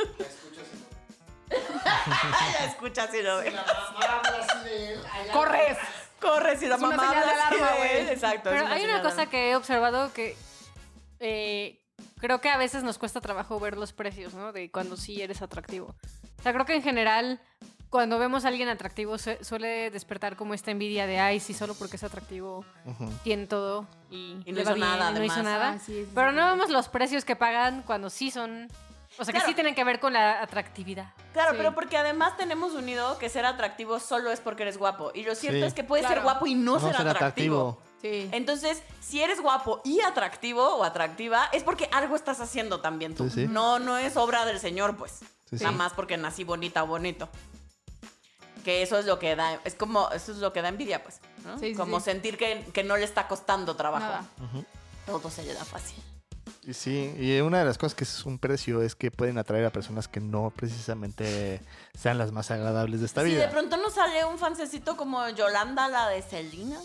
S1: La escuchas y no ves.
S3: ¡Corres!
S1: Corre si la
S3: Es una
S1: mamá
S3: señal de
S1: habla así
S3: alarma,
S1: de él.
S3: güey.
S1: Exacto. es
S2: Pero hay
S1: señal
S2: una
S1: de
S2: cosa
S1: alarma.
S2: que he observado que eh, creo que a veces nos cuesta trabajo ver los precios, ¿no? De cuando sí eres atractivo. O sea, creo que en general, cuando vemos a alguien atractivo, su- suele despertar como esta envidia de, ay, sí, solo porque es atractivo,
S5: Ujú.
S2: tiene todo y,
S1: Y no
S2: le
S1: hizo
S2: va bien,
S1: nada,
S2: no hizo
S1: además.
S2: nada.
S3: Ah, sí, sí,
S2: Pero
S3: sí.
S2: no vemos los precios que pagan cuando sí son... O sea, que
S1: Claro.
S2: sí tienen que ver con la atractividad.
S1: Claro,
S3: Sí.
S1: pero porque además tenemos unido que ser atractivo solo es porque eres guapo. Y lo cierto
S5: Sí.
S1: es que puedes ser
S3: Claro.
S1: guapo y no, ser, atractivo. eh,
S3: Sí.
S1: Entonces, si eres guapo y atractivo o atractiva, es porque algo estás haciendo también tú.
S5: Sí, sí.
S1: No, no es obra del señor, pues.
S5: Sí, sí.
S1: Nada más porque nací bonita o bonito. Que eso es lo que da, es como, eso es lo que da envidia, pues. ¿no?
S3: Sí, sí,
S1: como
S3: sí.
S1: sentir que, que no le está costando trabajo.
S3: Nada.
S1: Todo se le da fácil.
S5: Y sí, y una de las cosas que es un precio es que pueden atraer a personas que no precisamente sean las más agradables de esta
S1: si
S5: vida.
S1: de pronto nos sale un fancecito como Yolanda, la de Selena,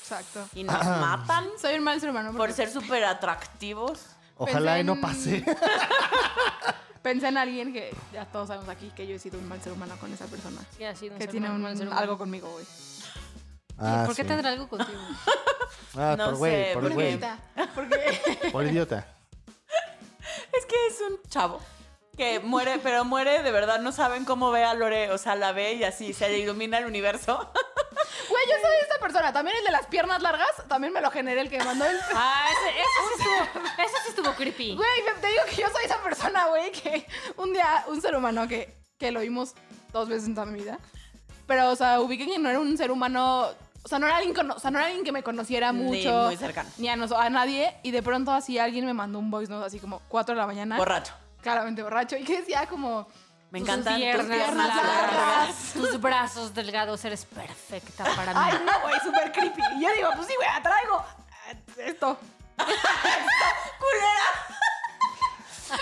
S3: Exacto.
S1: y nos
S5: Ah.
S1: matan
S3: Soy un mal ser humano.
S1: por
S3: porque
S1: ser súper atractivos.
S5: Ojalá
S3: pensé
S5: y no
S3: en-
S5: pase.
S3: Pensé en alguien que ya todos sabemos aquí que yo he sido un mal ser humano con esa persona.
S2: Sí, así no
S3: Que
S2: ser
S3: tiene
S2: humano,
S3: un-
S2: mal ser humano.
S3: algo conmigo, güey.
S5: Ah,
S2: ¿Por qué
S5: sí.
S2: tendrá algo contigo?
S5: Ah,
S1: No
S5: por güey,
S1: sé,
S5: por
S1: porque-
S5: güey.
S3: Neta, Porque
S5: Por idiota.
S1: Es que es un chavo que muere, pero muere de verdad. No saben cómo ve a Lore. O sea, la ve y así se le ilumina el universo.
S3: Güey, yo soy esta persona. También el de las piernas largas, también me lo generé el que me mandó el.
S2: Ah, ese, ese sí estuvo, ese sí estuvo creepy.
S3: Güey, me- te digo que yo soy esa persona, güey, que un día, un ser humano que, que lo vimos dos veces en toda mi vida. Pero, o sea, ubiquen que no era un ser humano. O sea, no era alguien, cono- o sea, no era alguien que me conociera
S1: Ni
S3: mucho.
S1: muy cercano.
S3: Ni a, nos- a nadie. Y de pronto, así alguien me mandó un voice note, así como 4 de la mañana.
S1: Borracho.
S3: claramente borracho. Y que decía, como.
S1: Me
S2: Tus
S1: encantan tus
S2: piernas
S1: piernas
S2: largas,
S1: largas.
S2: Tus brazos delgados, eres perfecta para mí.
S3: Ay, no, güey, súper creepy. Y yo digo, pues sí, güey, atraigo a esto. ¡Culera!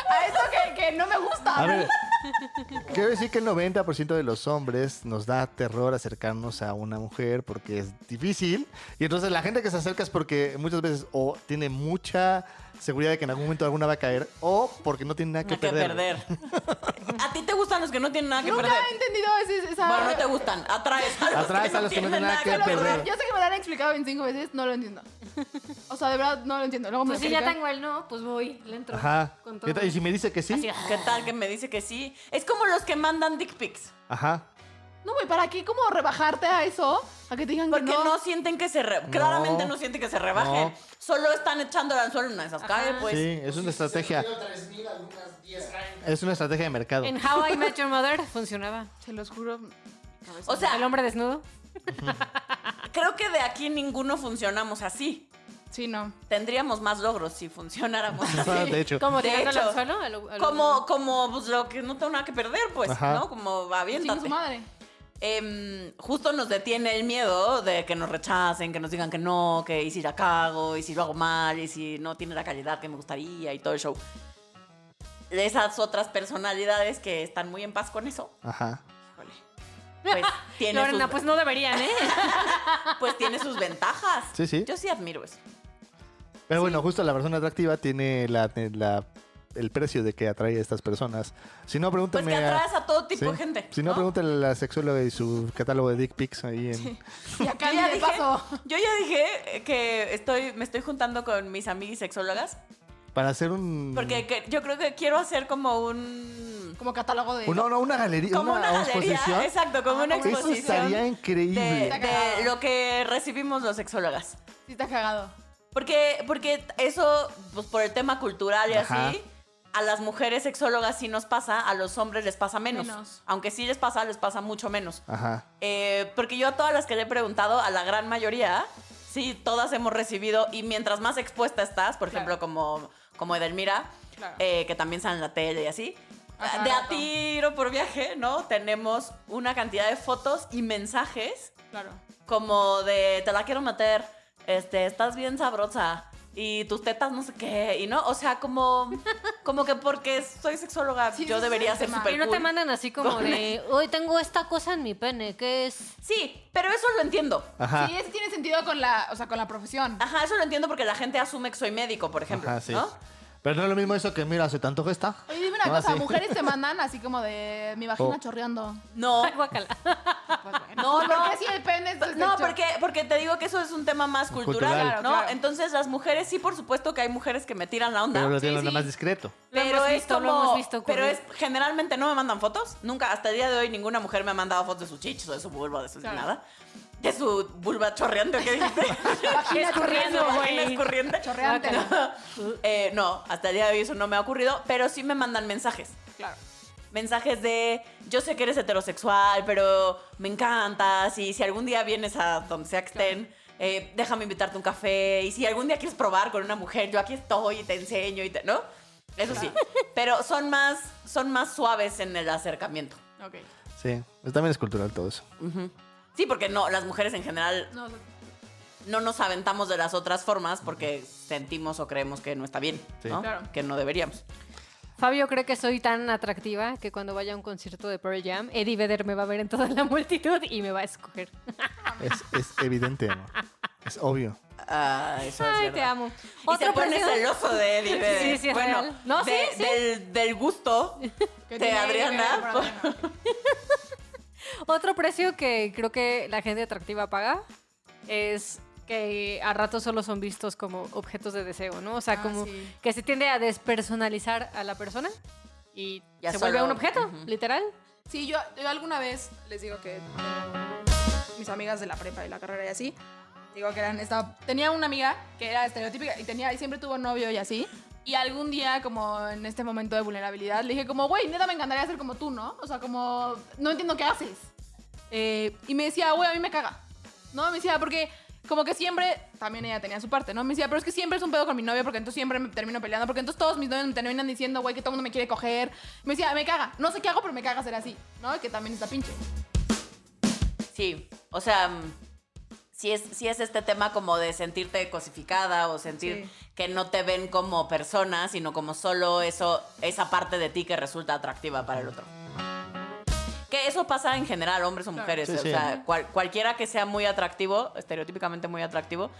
S3: A esto que, que no me gusta.
S5: A ver, quiero decir que el 90% de los hombres nos da terror acercarnos a una mujer porque es difícil. Y entonces la gente que se acerca es porque muchas veces o tiene mucha seguridad de que en algún momento alguna va a caer o porque no tiene nada que
S1: Nada que
S5: perder.
S1: perder. A ti te gustan los que no tienen nada que
S3: Nunca
S1: perder.
S3: he entendido ese, esa.
S1: Bueno, no te gustan. Atraes a los,
S5: Atraes
S1: que,
S5: a los
S1: no tienen nada que
S5: perder.
S1: perder.
S3: Yo sé que me lo han explicado 25 veces, no lo entiendo. O sea, de verdad, no lo entiendo. Luego me
S2: Pues
S3: lo
S2: si ya
S3: explican.
S2: tengo el no, pues voy, le entro.
S5: Ajá.
S2: Con todo.
S5: Y si me dice que
S2: Así,
S5: sí,
S1: ¿Qué tal que me dice que sí? Es como los que mandan dick pics.
S5: ajá.
S3: No, güey, ¿para qué como rebajarte a eso? A que te digan
S1: Porque
S3: que
S1: no,
S3: no.
S1: sienten que se... re- Claramente no sienten que se rebajen.
S5: No.
S1: Solo están echando el anzuelo en una de esas. Cae, pues.
S5: sí, es una estrategia. Es una estrategia de mercado.
S2: En How I Met Your Mother funcionaba.
S3: Se los juro.
S1: O sea,
S2: El hombre desnudo.
S1: creo que de aquí ninguno funcionamos así.
S3: Sí, no.
S1: Tendríamos más logros si funcionáramos
S5: Ah,
S1: así.
S5: De hecho.
S2: Como
S1: De
S2: tirándole
S1: hecho,
S2: al suelo. a lo- a lo-
S1: Como, como pues, lo que no tengo nada que perder, pues,
S5: Ajá.
S1: ¿no? Como
S3: Chingo
S1: aviéntate.
S3: su madre.
S1: Em, justo nos detiene el miedo de que nos rechacen, que nos digan que no, que y si la cago, y si lo hago mal, y si no tiene la calidad que me gustaría, y todo el show. De esas otras personalidades que están muy en paz con eso,
S5: Ajá.
S1: pues tiene,
S2: Lorena,
S1: sus,
S2: pues no deberían, ¿eh?
S1: pues, tiene sus ventajas.
S5: Sí, sí.
S1: Yo sí admiro eso.
S5: Pero bueno, justo la persona atractiva tiene la, eh, la- el precio de que atrae a estas personas. Si no,
S1: Pues
S5: pregúntame
S1: que
S5: a-
S1: atraes a todo tipo
S5: Sí.
S1: de gente.
S5: Si no,
S1: ¿no?
S5: pregúntale a la sexóloga y su catálogo de dick pics ahí en...
S3: Y acá
S1: Yo ya
S3: de
S1: dije-
S3: paso.
S1: Yo ya dije eh, que estoy, me estoy juntando con mis amigas sexólogas
S5: Para hacer un...
S1: porque que- yo creo que quiero hacer como un
S3: Como catálogo de.
S5: un- No, no, una galería,
S1: como
S5: una,
S1: una, galería,
S5: exposición.
S1: exacto, como
S3: Ah,
S1: una
S3: como
S5: Eso
S1: exposición
S5: estaría
S1: de,
S5: increíble.
S3: Está
S1: de
S3: cagado.
S1: lo que recibimos los sexólogas.
S3: Sí, está cagado.
S1: Porque porque eso pues por el tema cultural y
S5: Ajá.
S1: así a las mujeres sexólogas sí nos pasa, a los hombres les pasa menos.
S3: Menos.
S1: Aunque sí les pasa, les pasa mucho menos.
S5: Ajá.
S1: Eh, porque yo a todas las que le he preguntado, a la gran mayoría, sí, todas hemos recibido, y mientras más expuesta estás, por
S3: Claro.
S1: ejemplo, como, como Edelmira,
S3: Claro.
S1: eh, que también sale en la tele y así,
S3: Ajá,
S1: de a
S3: rato.
S1: tiro por viaje, ¿no? Tenemos una cantidad de fotos y mensajes
S3: Claro.
S1: como de te la quiero meter, este, estás bien sabrosa, y tus tetas no sé qué, y no, o sea, como, como que porque soy sexóloga
S3: Sí,
S1: yo
S3: sí,
S1: debería
S3: sí,
S1: ser
S3: sí,
S1: súper
S2: Y no te
S1: cool.
S2: mandan así como de, hoy tengo esta cosa en mi pene, ¿qué es?
S1: Sí, pero eso lo entiendo.
S5: Ajá.
S3: Sí, eso tiene sentido con la, o sea, con la profesión.
S1: Ajá, eso lo entiendo porque la gente asume que soy médico, por ejemplo,
S5: Ajá, sí.
S1: ¿no?
S5: Pero no es lo mismo eso que, mira, se te antoja esta.
S3: Oye, dime una
S5: No,
S3: cosa,
S5: sí.
S3: mujeres te mandan así como de mi vagina
S5: Oh.
S3: chorreando.
S1: No.
S2: Ay, guácala.
S3: Pues bueno.
S1: No, no.
S3: ¿Por qué si el pene es este
S1: No,
S3: chor-
S1: porque, porque te digo que eso es un tema más cultural,
S5: Cultural.
S1: ¿no?
S3: Claro, claro.
S1: Entonces las mujeres sí, por supuesto que hay mujeres que me tiran la onda.
S5: Pero lo
S3: Sí,
S5: tienen
S3: sí.
S5: nada más discreto.
S2: Lo
S1: Pero
S2: hemos
S1: es
S2: visto, lo
S1: como,
S2: hemos visto ocurrir.
S1: pero es generalmente no me mandan fotos. Nunca, hasta el día de hoy ninguna mujer me ha mandado fotos de su chichis o de su vulva, de su
S3: Claro.
S1: nada. De su vulva chorreando, ¿qué dijiste?
S3: Vagina
S2: Escurriendo,
S3: chorreando,
S2: güey.
S1: Vagina escurriente.
S3: Chorreante.
S1: Eh, no, hasta el día de hoy eso no me ha ocurrido, pero sí me mandan mensajes.
S3: Claro.
S1: Mensajes de, yo sé que eres heterosexual, pero me encantas y si algún día vienes a donde sea que estén, eh, déjame invitarte a un café y si algún día quieres probar con una mujer, yo aquí estoy y te enseño y te, ¿no? Eso sí, pero son más, son más suaves en el acercamiento.
S3: Ok.
S5: Sí, pues también es cultural todo eso.
S1: Sí, porque no, las mujeres en general
S3: No, o sea,
S1: no nos aventamos de las otras formas porque sentimos o creemos que no está bien,
S5: Sí.
S1: ¿no?
S3: Claro.
S1: Que no deberíamos.
S2: Fabio cree que soy tan atractiva que cuando vaya a un concierto de Pearl Jam, Eddie Vedder me va a ver en toda la multitud y me va a escoger.
S5: Es, es evidente, amor. Es obvio.
S1: Ah, eso es
S2: Ay,
S1: verdad.
S2: te amo.
S1: Y se pone
S2: persona-
S1: celoso de Eddie Vedder.
S2: Sí, sí, es
S1: bueno,
S2: real. No, sí,
S1: de-
S2: sí.
S1: Del, del gusto de
S3: que tiene que ver
S1: Adriana.
S3: con Adriana, ok.
S2: Otro precio que creo que la gente atractiva paga es que a ratos solo son vistos como objetos de deseo, ¿no? O sea,
S3: Ah,
S2: como
S3: sí.
S2: que se tiende a despersonalizar a la persona y
S1: Ya
S2: se vuelve
S1: solo-
S2: un objeto,
S1: Ujú.
S2: literal.
S3: Sí, yo, yo alguna vez les digo que eh, mis amigas de la prepa y la carrera y así, digo que eran esta... Tenía una amiga que era estereotípica y, tenía, y siempre tuvo novio y así. Y algún día, como en este momento de vulnerabilidad, le dije como, güey, neta me encantaría ser como tú, ¿no? O sea, como, no entiendo qué haces. Eh, y me decía, güey, a mí me caga. No, me decía, porque como que siempre, también ella tenía su parte, ¿no? Me decía, pero es que siempre es un pedo con mi novio porque entonces siempre me termino peleando, porque entonces todos mis novios me terminan diciendo, güey, que todo el mundo me quiere coger. Me decía, me caga, no sé qué hago, pero me caga ser así, ¿no? Y que también está pinche.
S1: Sí, o sea, mm, sí es, sí es este tema como de sentirte cosificada o sentir
S3: Sí.
S1: que no te ven como persona, sino como solo eso, esa parte de ti que resulta atractiva para el otro. Que eso pasa en general, hombres o
S3: Claro.
S1: mujeres.
S5: Sí,
S1: o
S5: sí.
S1: sea, cual- cualquiera que sea muy atractivo, estereotípicamente muy atractivo,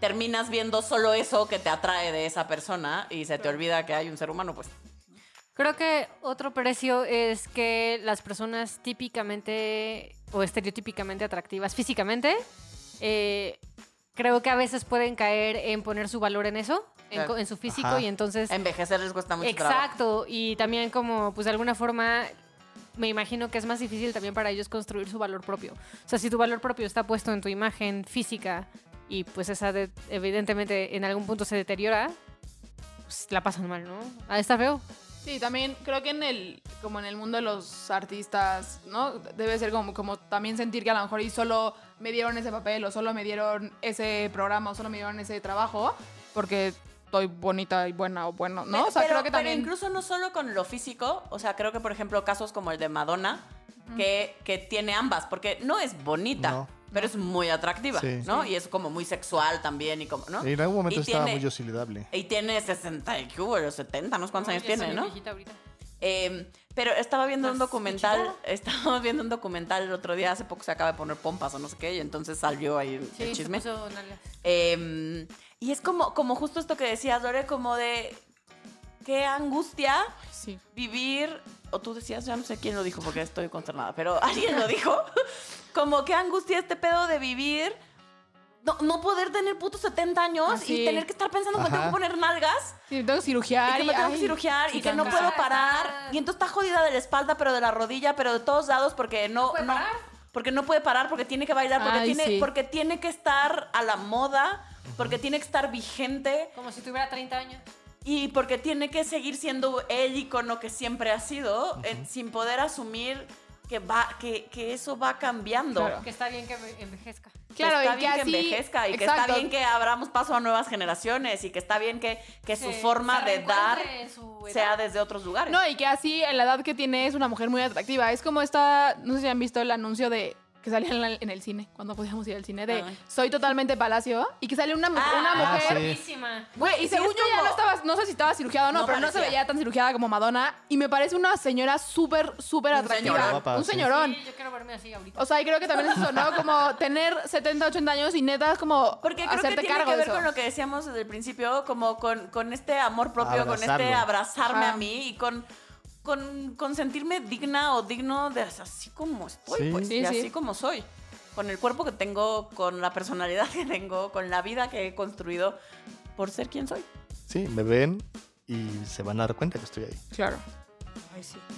S1: terminas viendo solo eso que te atrae de esa persona y se te olvida que hay un ser humano, pues.
S2: Creo que otro precio es que las personas típicamente o estereotípicamente atractivas físicamente, eh, creo que a veces pueden caer en poner su valor en eso, en,
S1: Claro.
S2: co- en su físico
S5: Ajá.
S2: y entonces...
S1: Envejecer les cuesta mucho trabajo.
S2: Exacto, y también como pues de alguna forma me imagino que es más difícil también para ellos construir su valor propio. O sea, si tu valor propio está puesto en tu imagen física y pues esa de- evidentemente en algún punto se deteriora, pues la pasan mal, ¿no? Ah, está feo.
S3: Sí, también creo que en el, como en el mundo de los artistas, ¿no? Debe ser como, como también sentir que a lo mejor y solo me dieron ese papel o solo me dieron ese programa o solo me dieron ese trabajo porque estoy bonita y buena o bueno, ¿no? o sea, creo que también...
S1: incluso no solo con lo físico, o sea, creo que por ejemplo casos como el de Madonna, que, que tiene ambas, porque no es bonita,
S5: No.
S1: pero es muy atractiva,
S5: Sí.
S1: ¿no? Y es como muy sexual también y como, ¿no?
S5: En algún momento
S1: Y
S5: estaba
S1: tiene-
S5: muy oscilable.
S1: Y tiene 60 y cubo, los 70, no sé cuántos años tiene, ¿no? Eh, pero estaba viendo un
S3: Pues,
S2: ¿Estás
S1: documental, estábamos viendo un documental el otro día, hace poco se acaba de poner pompas o no sé qué, y entonces salió ahí el- el chisme. Eh, y es como, como justo esto que decías, Dore, como de qué angustia
S3: Sí.
S1: vivir, o tú decías, ya no sé quién lo dijo porque estoy consternada, pero alguien lo dijo, como qué angustia este pedo de vivir, no, no poder tener putos 70 años
S3: Ah, sí.
S1: y tener que estar pensando que me tengo que
S5: Ajá.
S1: poner nalgas
S3: Sí, tengo que cirugiar.
S1: y que me tengo que
S3: ay,
S1: cirugiar
S3: sí,
S1: y que no
S3: tanta.
S1: puedo parar. Y entonces está jodida de la espalda, pero de la rodilla, pero de todos lados porque no...
S2: puede
S1: no-
S2: parar.
S1: Porque no puede parar, porque tiene que bailar, porque,
S3: Ay,
S1: tiene,
S3: sí.
S1: porque tiene que estar a la moda, porque tiene que estar vigente
S2: Como si tuviera 30 años.
S1: y porque tiene que seguir siendo el icono que siempre ha sido, eh, sin poder asumir que, va, que, que eso va cambiando.
S3: Claro.
S2: Que está bien que envejezca.
S1: Que
S3: Claro,
S1: está
S3: y
S1: bien
S3: que,
S1: que
S3: así-
S1: envejezca y que
S3: exacto.
S1: está bien que abramos paso a nuevas generaciones y que está bien que, que su forma de dar sea desde otros lugares.
S3: No, y que así en la edad que tiene es una mujer muy atractiva. Es como esta, no sé si han visto el anuncio de que salía en, la- en el cine, cuando podíamos ir al cine, de
S1: Ay.
S3: Soy totalmente palacio, y que sale una, mu-
S1: Ah,
S3: una
S5: Ah,
S3: mujer.
S5: sí.
S2: Buenísima.
S3: Güey,
S1: Sí,
S3: y según
S1: es
S3: yo ya
S1: como-
S3: no estaba, no sé si estaba cirugiada o no,
S1: No
S3: pero no se
S1: parecía.
S3: veía tan cirugiada como Madonna. Y me parece una señora súper, súper
S1: Un
S3: atractiva.
S1: señorón.
S5: Guapa,
S3: un
S5: sí.
S3: señorón.
S2: Sí, yo quiero verme así ahorita.
S3: O sea, y creo que también es eso, ¿no? Como tener 70, 80 años y neta es como
S1: Porque creo que
S3: hacerte
S1: tiene
S3: cargo
S1: que
S3: de
S1: ver
S3: eso.
S1: con lo que decíamos desde el principio, como con, con este amor propio, con este
S5: Abrazarlo.
S1: abrazarme
S3: Ajá.
S1: a mí y con, con, con sentirme digna o digno de así como estoy,
S5: Sí.
S1: pues,
S3: Sí,
S1: y
S3: sí.
S1: así como soy. Con el cuerpo que tengo, con la personalidad que tengo, con la vida que he construido por ser quien soy.
S5: Sí, me ven y se van a dar cuenta que estoy ahí.
S3: Claro.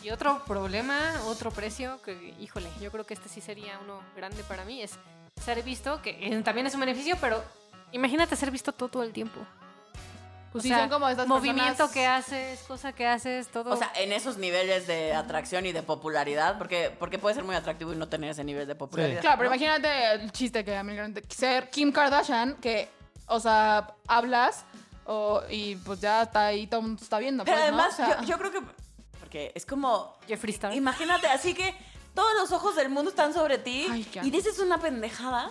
S2: Y otro problema, otro precio, que híjole, yo creo que este sí sería uno grande para mí, es ser visto, que eh, también es un beneficio, pero imagínate ser visto todo, todo el tiempo.
S3: Pues
S2: O
S3: sí,
S2: sea,
S3: son como estas
S2: Movimiento
S3: personas-
S2: que haces, cosa que haces, todo.
S3: Oh.
S1: O sea, en esos niveles de atracción y de popularidad, porque, porque puede ser muy atractivo y no tener ese nivel de popularidad.
S3: Claro, pero
S1: ¿no?
S3: imagínate el chiste que a mí me ser Kim Kardashian, que, o sea, hablas o, y pues ya está ahí, todo el mundo está viendo.
S1: Pero
S3: pues, ¿no?
S1: además,
S3: O sea,
S1: yo, yo creo que. Porque es como.
S2: Jeffree Star.
S1: Imagínate, así que todos los ojos del mundo están sobre ti
S3: Ay, qué
S1: y dices una pendejada.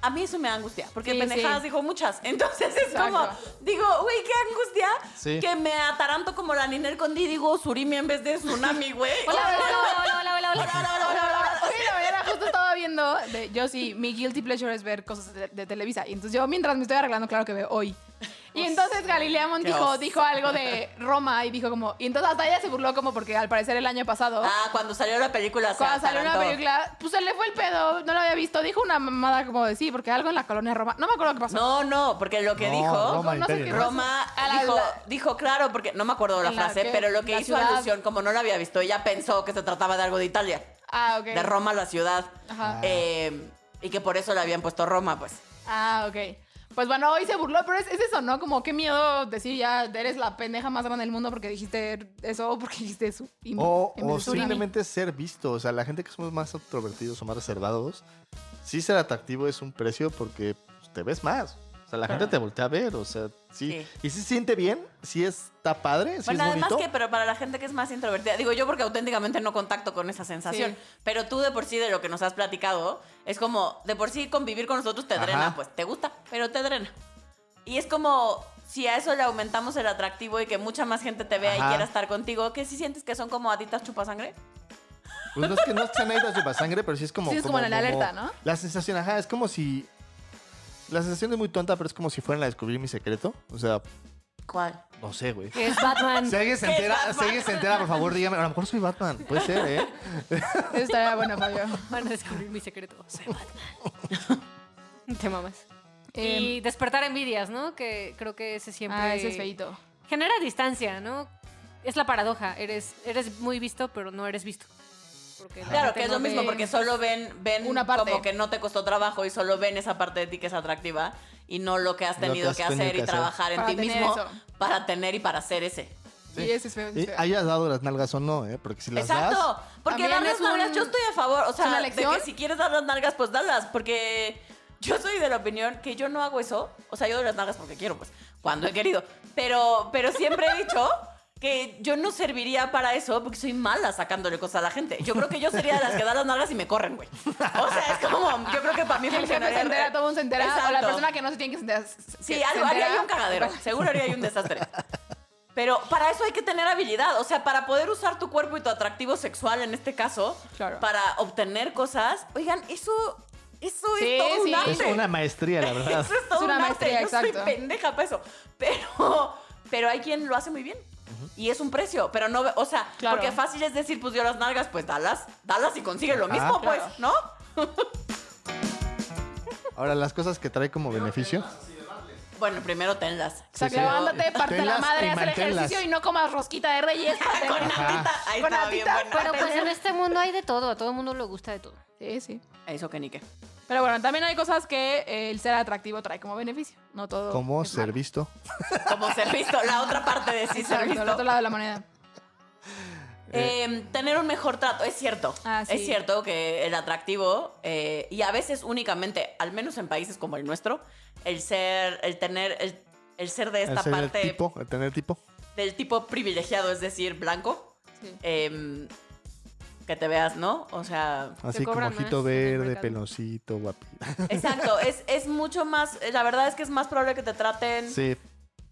S1: A mí eso me da angustia, porque
S3: Sí,
S1: pendejadas
S3: sí.
S1: dijo muchas. Entonces es como,
S3: Exacto.
S1: digo, güey, qué angustia
S5: Sí.
S1: que me ataranto como la Ninel Conde y digo surimi en vez de tsunami, güey.
S2: Hola, hola, hola, hola, hola, hola, hola.
S3: Hoy en la mañana justo estaba viendo, de- yo sí, mi guilty pleasure es ver cosas de, de Televisa. Y entonces yo mientras me estoy arreglando, claro que veo hoy. Y entonces Galilea Montijo
S1: oso.
S3: dijo algo de Roma y dijo como, y entonces hasta ella se burló como porque al parecer el año pasado,
S1: Ah, cuando salió la película. se
S3: cuando salió una
S1: atarantó.
S3: película, pues se le fue el pedo, no lo había visto, dijo una mamada como de sí, porque algo en la colonia Roma, no me acuerdo qué pasó.
S1: No, no, porque lo que
S5: No,
S1: dijo.
S5: Roma,
S3: no sé
S5: Imperio,
S3: qué
S5: ¿no?
S3: pasó.
S1: Roma
S3: A la-
S1: dijo,
S3: la-
S1: dijo, claro, porque no me acuerdo la
S3: ¿En la
S1: frase,
S3: qué?
S1: pero lo que
S3: La
S1: hizo
S3: ciudad.
S1: alusión, como no la había visto, ella pensó que se trataba de algo de Italia,
S3: Ah, ok.
S1: de Roma la ciudad,
S5: Ah.
S3: Ajá.
S1: Eh, y que por eso le habían puesto Roma, pues.
S3: Ah, ok. Pues bueno, hoy se burló, pero es, es eso, ¿no? Como qué miedo decir ya eres la pendeja más grande del mundo porque dijiste eso o porque dijiste em, eso.
S5: O, o simplemente ser visto. O sea, la gente que somos más introvertidos o más reservados, sí ser atractivo es un precio porque pues, te ves más. O sea, la gente te voltea a ver. O sea, sí.
S1: Sí.
S5: Y si se siente bien, si está padre, si
S1: bueno,
S5: es
S1: además
S5: bonito.
S1: que, pero para la gente que es más introvertida, digo yo porque auténticamente no contacto con esa sensación, pero tú de por sí de lo que nos has platicado, es como, de por sí convivir con nosotros te
S5: Ajá.
S1: drena, pues te gusta, pero te drena. Y es como, si a eso le aumentamos el atractivo y que mucha más gente te vea
S5: Ajá.
S1: y quiera estar contigo, ¿qué si sientes que son como aditas chupasangre?
S5: Pues no es que no sean ahí de sangre, pero sí es como.
S3: Sí, es como en la alerta, ¿no?
S5: La sensación, ajá, es como si. La sensación es muy tonta, pero es como si fueran a descubrir mi secreto. O sea,
S1: ¿Cuál?
S5: no sé, güey.
S2: Que es Batman.
S5: Si alguien se
S1: ¿Qué es
S5: entera, si
S1: Batman?
S5: alguien se entera, por favor, dígame. A lo mejor soy Batman. Puede ser, ¿eh?
S3: Eso estaría bueno, Fabio.
S2: Van a descubrir mi secreto. Soy Batman. Te mamas.
S3: Em,
S2: y despertar envidias, ¿no? Que creo que ese siempre.
S3: ah, ese es feito.
S2: Genera distancia, ¿no? Es la paradoja. Eres, eres muy visto, pero no eres visto. Porque la
S1: Claro,
S2: gente
S1: que es
S2: no
S1: lo mismo,
S2: ve-
S1: porque solo ven, ven
S3: Una parte.
S1: como que no te costó trabajo y solo ven esa parte de ti que es atractiva y no lo que has
S5: Lo que
S1: tenido
S5: has
S1: que
S5: tenido
S1: hacer
S5: que
S1: y
S5: hacer.
S1: trabajar en
S3: Para
S1: ti
S3: tener
S1: mismo
S3: eso.
S1: para tener y para ser ese.
S3: Sí, ese es feo. ese es
S5: Y
S3: feo.
S5: hayas dado las nalgas o no, ¿eh? Porque si las das.
S1: Exacto, porque
S3: También
S1: dar las
S3: es un-
S1: nalgas, yo estoy a favor, o
S3: una
S1: sea, de
S3: elección.
S1: que si quieres dar las nalgas, pues dalas, porque yo soy de la opinión que yo no hago eso, o sea, yo doy las nalgas porque quiero, pues, cuando he querido, pero, pero siempre he dicho que yo no serviría para eso porque soy mala sacándole cosas a la gente. Yo creo que yo sería de las que da las nalgas y me corren, güey. O sea, es como, yo creo que para mí
S3: Que el jefe se
S1: funcionaría.
S3: entera, todo el mundo se entera. O la
S1: Exacto.
S3: persona que no se tiene que enterar. se-
S1: Sí,
S3: se
S1: algo, haría
S3: entera.
S1: un cagadero. Seguro haría un desastre. Pero para eso hay que tener habilidad. O sea, para poder usar tu cuerpo y tu atractivo sexual en este caso,
S3: Claro.
S1: para obtener cosas. Oigan, eso, eso
S3: Sí,
S1: es todo
S3: sí.
S1: un arte.
S5: Es una maestría, la verdad.
S1: Eso es todo
S3: Es una
S1: un arte.
S3: maestría,
S1: Yo
S3: exacto.
S1: soy pendeja para eso. Pero, pero hay quien lo hace muy bien. Y es un precio, pero no, o sea,
S3: Claro.
S1: porque fácil es decir, pues dio las nalgas, pues dalas, dalas y consigue lo
S5: Ajá.
S1: mismo, pues,
S3: Claro.
S1: ¿no?
S5: Ahora, las cosas que trae como beneficio.
S1: Bueno, primero tenlas.
S3: O sea,
S5: Sí,
S3: que
S5: sí.
S3: levántate, parte la
S5: Tenlas y
S3: madre, haz el
S5: manténlas.
S3: ejercicio y no comas rosquita de reyes. para tener-
S1: Natita, ahí
S3: Con
S1: estaba bien
S3: natita,
S1: buena.
S2: Pero pues en este mundo hay de todo. A todo el mundo le gusta de todo.
S3: Sí, sí.
S1: Eso que ni qué.
S3: Pero bueno, también hay cosas que eh, el ser atractivo trae como beneficio. No todo.
S5: Como
S3: es malo.
S5: ser visto.
S1: Como ser visto, la otra parte de sí ser
S3: Exacto,
S1: visto.
S3: el otro lado de la moneda.
S1: Eh, tener un mejor trato, es cierto.
S3: Ah, sí.
S1: Es cierto que el atractivo, eh, y a veces únicamente, al menos en países como el nuestro, el ser, el tener, el, el ser de esta
S5: el ser el
S1: parte
S5: tipo, el tener tipo.
S1: del tipo privilegiado, es decir, blanco,
S3: Sí.
S1: eh, em, que te veas, ¿no? O sea,
S5: Así
S2: Te
S5: como
S2: cobran
S5: ojito
S2: más en el
S5: verde,
S2: mercado.
S5: peloncito, guapi.
S1: exacto, es, es mucho más, la verdad es que es más probable que te traten
S5: Sí.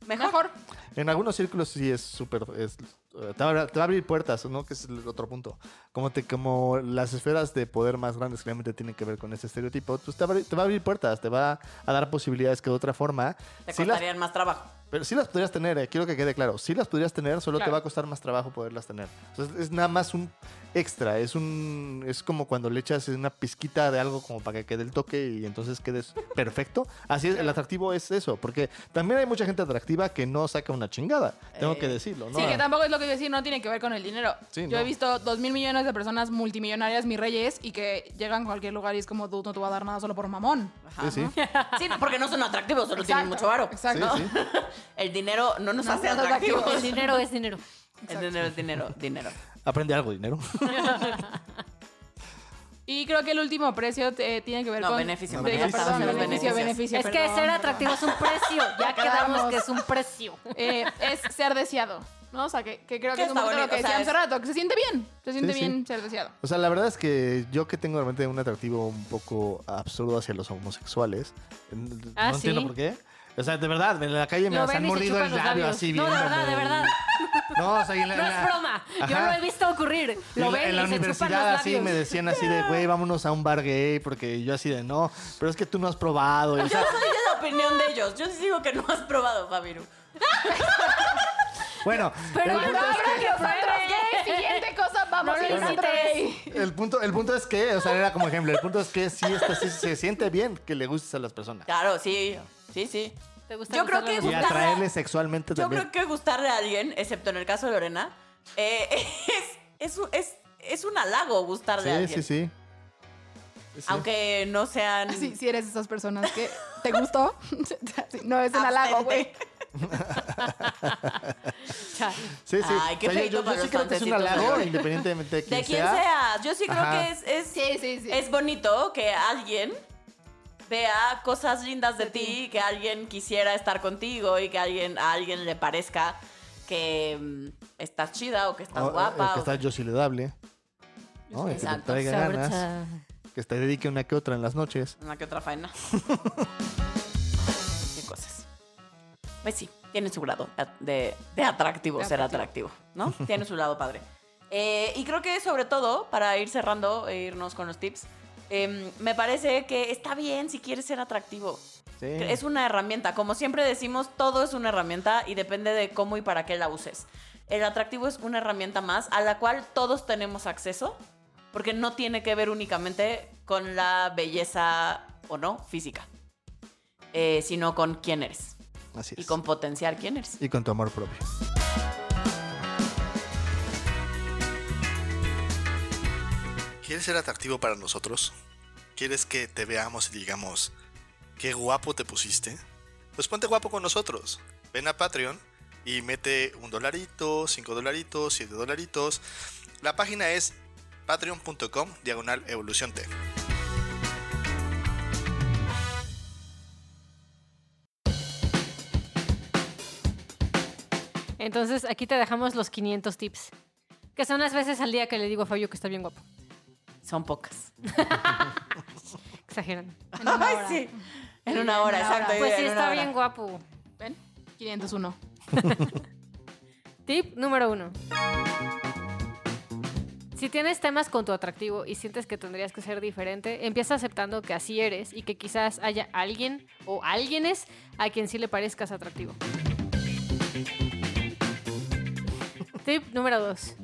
S1: mejor.
S3: Mejor.
S5: En algunos círculos sí es súper... es- eh, te, va a, te va a abrir puertas, ¿no? Que es el otro punto. Como, te, como las esferas de poder más grandes claramente tienen que ver con ese estereotipo, pues te, va a abrir- te va a abrir puertas, te va a dar posibilidades que de otra forma...
S1: Te
S5: sí las-
S1: costarían más trabajo.
S5: Pero sí las podrías tener, eh, quiero que quede claro. Sí las podrías tener, solo te
S3: Claro.
S5: va a costar más trabajo poderlas tener. Entonces, es nada más un extra, es un es como cuando le echas una pizquita de algo como para que quede el toque y entonces quedes perfecto. Así es, el atractivo es eso, porque también hay mucha gente atractiva que no saca una chingada. Tengo
S1: Eh,
S5: que decirlo, ¿no?
S3: Sí, que tampoco es lo que iba a decir, no tiene que ver con el dinero.
S5: Sí,
S3: Yo
S5: no.
S3: he visto dos mil millones de personas multimillonarias, mis reyes, y que llegan a cualquier lugar y es como, dude, no te va a dar nada solo por mamón.
S1: Ajá.
S5: Sí, sí.
S1: Sí, no, porque no son atractivos, solo tienen
S3: Exacto,
S1: mucho varo.
S5: Sí,
S3: Exacto.
S5: sí.
S1: El dinero no nos
S3: No
S1: hace
S3: nos hace
S1: atractivos.
S2: El dinero es dinero.
S1: El dinero, el dinero, dinero.
S5: Aprende algo, dinero.
S3: Y creo que el último precio eh, tiene que ver
S1: No,
S3: con...
S1: beneficio,
S3: de-
S5: beneficio.
S3: perdón,
S5: Los
S1: beneficios.
S3: beneficio, beneficio,
S2: es que
S3: perdón,
S2: ser
S3: perdón.
S2: atractivo es un precio. Ya
S3: Acabamos.
S2: quedamos que es un precio.
S3: Eh, es ser deseado, ¿no? O sea, que, que creo
S1: Que
S3: que es un
S1: está
S3: poco lo
S1: bonito,
S3: que
S1: o sea,
S3: decía
S1: es-
S3: hace rato, que se siente bien, se siente
S5: sí.
S3: bien ser deseado.
S5: O sea, la verdad es que yo que tengo realmente un atractivo un poco absurdo hacia los homosexuales, n-
S2: Ah,
S5: no entiendo
S2: sí.
S5: por qué. O sea, de verdad, en la calle me
S2: Lo
S5: las
S2: ven
S5: han
S2: y se
S5: mordido
S2: chupan
S5: el
S2: los
S5: labio
S2: labios.
S5: así
S2: No, de
S5: viéndome.
S2: verdad, de verdad.
S5: No, o sea, y en la,
S2: No
S5: en la-
S2: es broma. Yo
S5: Ajá.
S2: lo he visto ocurrir.
S5: en
S2: Lo
S5: la-
S2: ven
S5: en
S2: y
S5: la
S2: se chupan los
S5: universidad
S2: labios.
S5: así me decían así de, güey, vámonos a un bar gay, porque yo así de, no, pero es que tú no has probado. y, o sea,
S1: Soy de la opinión de ellos. Yo sí digo que no has probado, Fabiru.
S5: bueno,
S2: Pero
S5: el,
S2: no,
S5: punto es
S2: ahora que pruebe.
S3: Ok, siguiente cosa, vamos
S2: No
S3: a ir
S2: lo
S3: a otro
S2: visites.
S3: rey.
S5: que- el punto, el punto es que, o sea, era como ejemplo, el punto es que sí, está, sí se siente bien que le gustes a las personas.
S1: Claro, sí, sí, sí.
S2: ¿Te gusta
S1: Yo
S2: gustar
S1: creo que-
S5: Y
S2: los-
S1: Gustarla-
S5: atraerle
S1: Yo
S5: sexualmente también.
S1: creo que gustarle a alguien, excepto en el caso de Lorena, eh, es, es, es, es un halago gustarle a alguien.
S5: sí, sí, sí. Sí.
S1: Aunque no sean...
S3: Ah, Sí, si eres de esas personas que te gustó, Sí, no es el halago, güey.
S1: abstente.
S5: Sí, sí.
S1: Ay, qué
S5: yo-
S1: feíto
S5: yo, yo
S1: para
S5: sí
S1: los
S5: creo que es un
S1: fantecitos,
S5: halago,
S1: ¿verdad?
S5: independientemente de quién,
S1: De quien sea. Yo sí creo
S5: Ajá.
S1: que es, es,
S3: Sí, sí, sí.
S1: es bonito que alguien vea cosas lindas de, ti, que alguien quisiera estar contigo y que alguien, a alguien le parezca que mm, estás chida o que estás
S5: O- o
S1: guapa.
S5: Oh, eh, que
S1: o-
S5: está yo sí le dable. ¿no? Y que te
S1: Ah, Exacto.
S5: traiga ganas.
S2: Sabrosa.
S5: Que te dedique una que otra en las noches.
S1: Una que otra faena. Qué cosas. Pues sí, tiene su grado de, de atractivo, ser atractivo, ¿no? Tiene su lado padre. Eh, y creo que sobre todo, para ir cerrando e irnos con los tips, em, me parece que está bien si quieres ser atractivo.
S5: Sí.
S1: Es una herramienta. Como siempre decimos, todo es una herramienta y depende de cómo y para qué la uses. El atractivo es una herramienta más a la cual todos tenemos acceso porque no tiene que ver únicamente con la belleza o no física, eh, sino con quién eres
S5: Así
S1: y
S5: es.
S1: con potenciar quién eres.
S5: Y con tu amor propio.
S7: ¿Quieres ser atractivo para nosotros? ¿Quieres que te veamos y digamos, qué guapo te pusiste? Pues ponte guapo con nosotros. Ven a Patreon y mete un dolarito, cinco dolaritos, siete dolaritos. La página es patreon.com diagonal evolución T.
S2: Entonces, aquí te dejamos los 500 tips. Que son las veces al día que le digo a Fabio que está bien guapo.
S1: Son pocas.
S2: Exageran.
S3: En una
S1: Ay,
S3: hora.
S1: sí. En una
S3: Sí, en
S1: hora,
S3: una
S1: exacto.
S3: hora.
S2: Pues sí,
S1: en una
S2: está
S1: hora.
S2: bien guapo.
S3: Ven, 501.
S2: Tip número uno. Si tienes temas con tu atractivo y sientes que tendrías que ser diferente, empieza aceptando que así eres y que quizás haya alguien o alguienes a quien sí le parezcas atractivo. Tip número dos.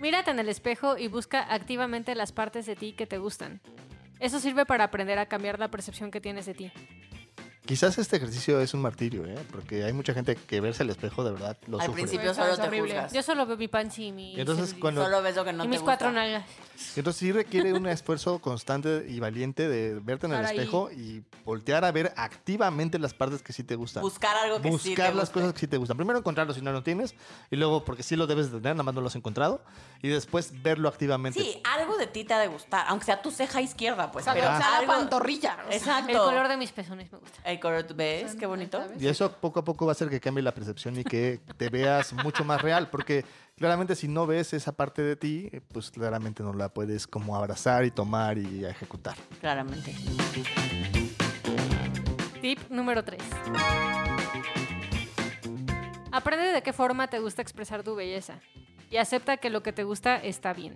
S2: Mírate en el espejo y busca activamente las partes de ti que te gustan. Eso sirve para aprender a cambiar la percepción que tienes de ti.
S5: Quizás este ejercicio es un martirio, ¿eh? Porque hay mucha gente que verse al espejo de verdad lo
S1: Al
S5: sufre.
S1: principio
S3: Pues,
S1: solo
S3: es
S1: te
S3: horrible.
S1: juzgas.
S2: Yo solo veo mi panchi y mi...
S5: Y entonces
S2: celulitis.
S5: cuando-
S1: Solo ves lo que no
S2: y
S1: te
S2: mis
S1: gusta.
S2: cuatro nalgas.
S5: Entonces sí requiere un esfuerzo constante y valiente de verte en el
S3: Estar ahí.
S5: espejo y voltear a ver activamente las partes que sí te gustan.
S1: Buscar algo que sí te
S5: buscar las
S1: guste.
S5: cosas que sí te gustan. Primero encontrarlo si no lo tienes, y luego porque sí lo debes de tener, nada más no lo has encontrado, y después verlo activamente.
S1: Sí, algo de ti te ha de gustar, aunque sea tu ceja izquierda, pues.
S3: O sea,
S1: pero
S3: o sea, la
S1: algo-
S3: pantorrilla. o sea.
S1: Exacto.
S2: El color de mis pezones me gusta.
S1: El makeover, ¿ves? Qué bonito.
S3: ¿Sabes?
S5: Y eso poco a poco va a hacer que cambie la percepción y que te veas mucho más real, porque claramente si no ves esa parte de ti, eh, pues claramente no la puedes como abrazar y tomar y ejecutar.
S1: Claramente.
S2: Tip número 3. Aprende de qué forma te gusta expresar tu belleza y acepta que lo que te gusta está bien.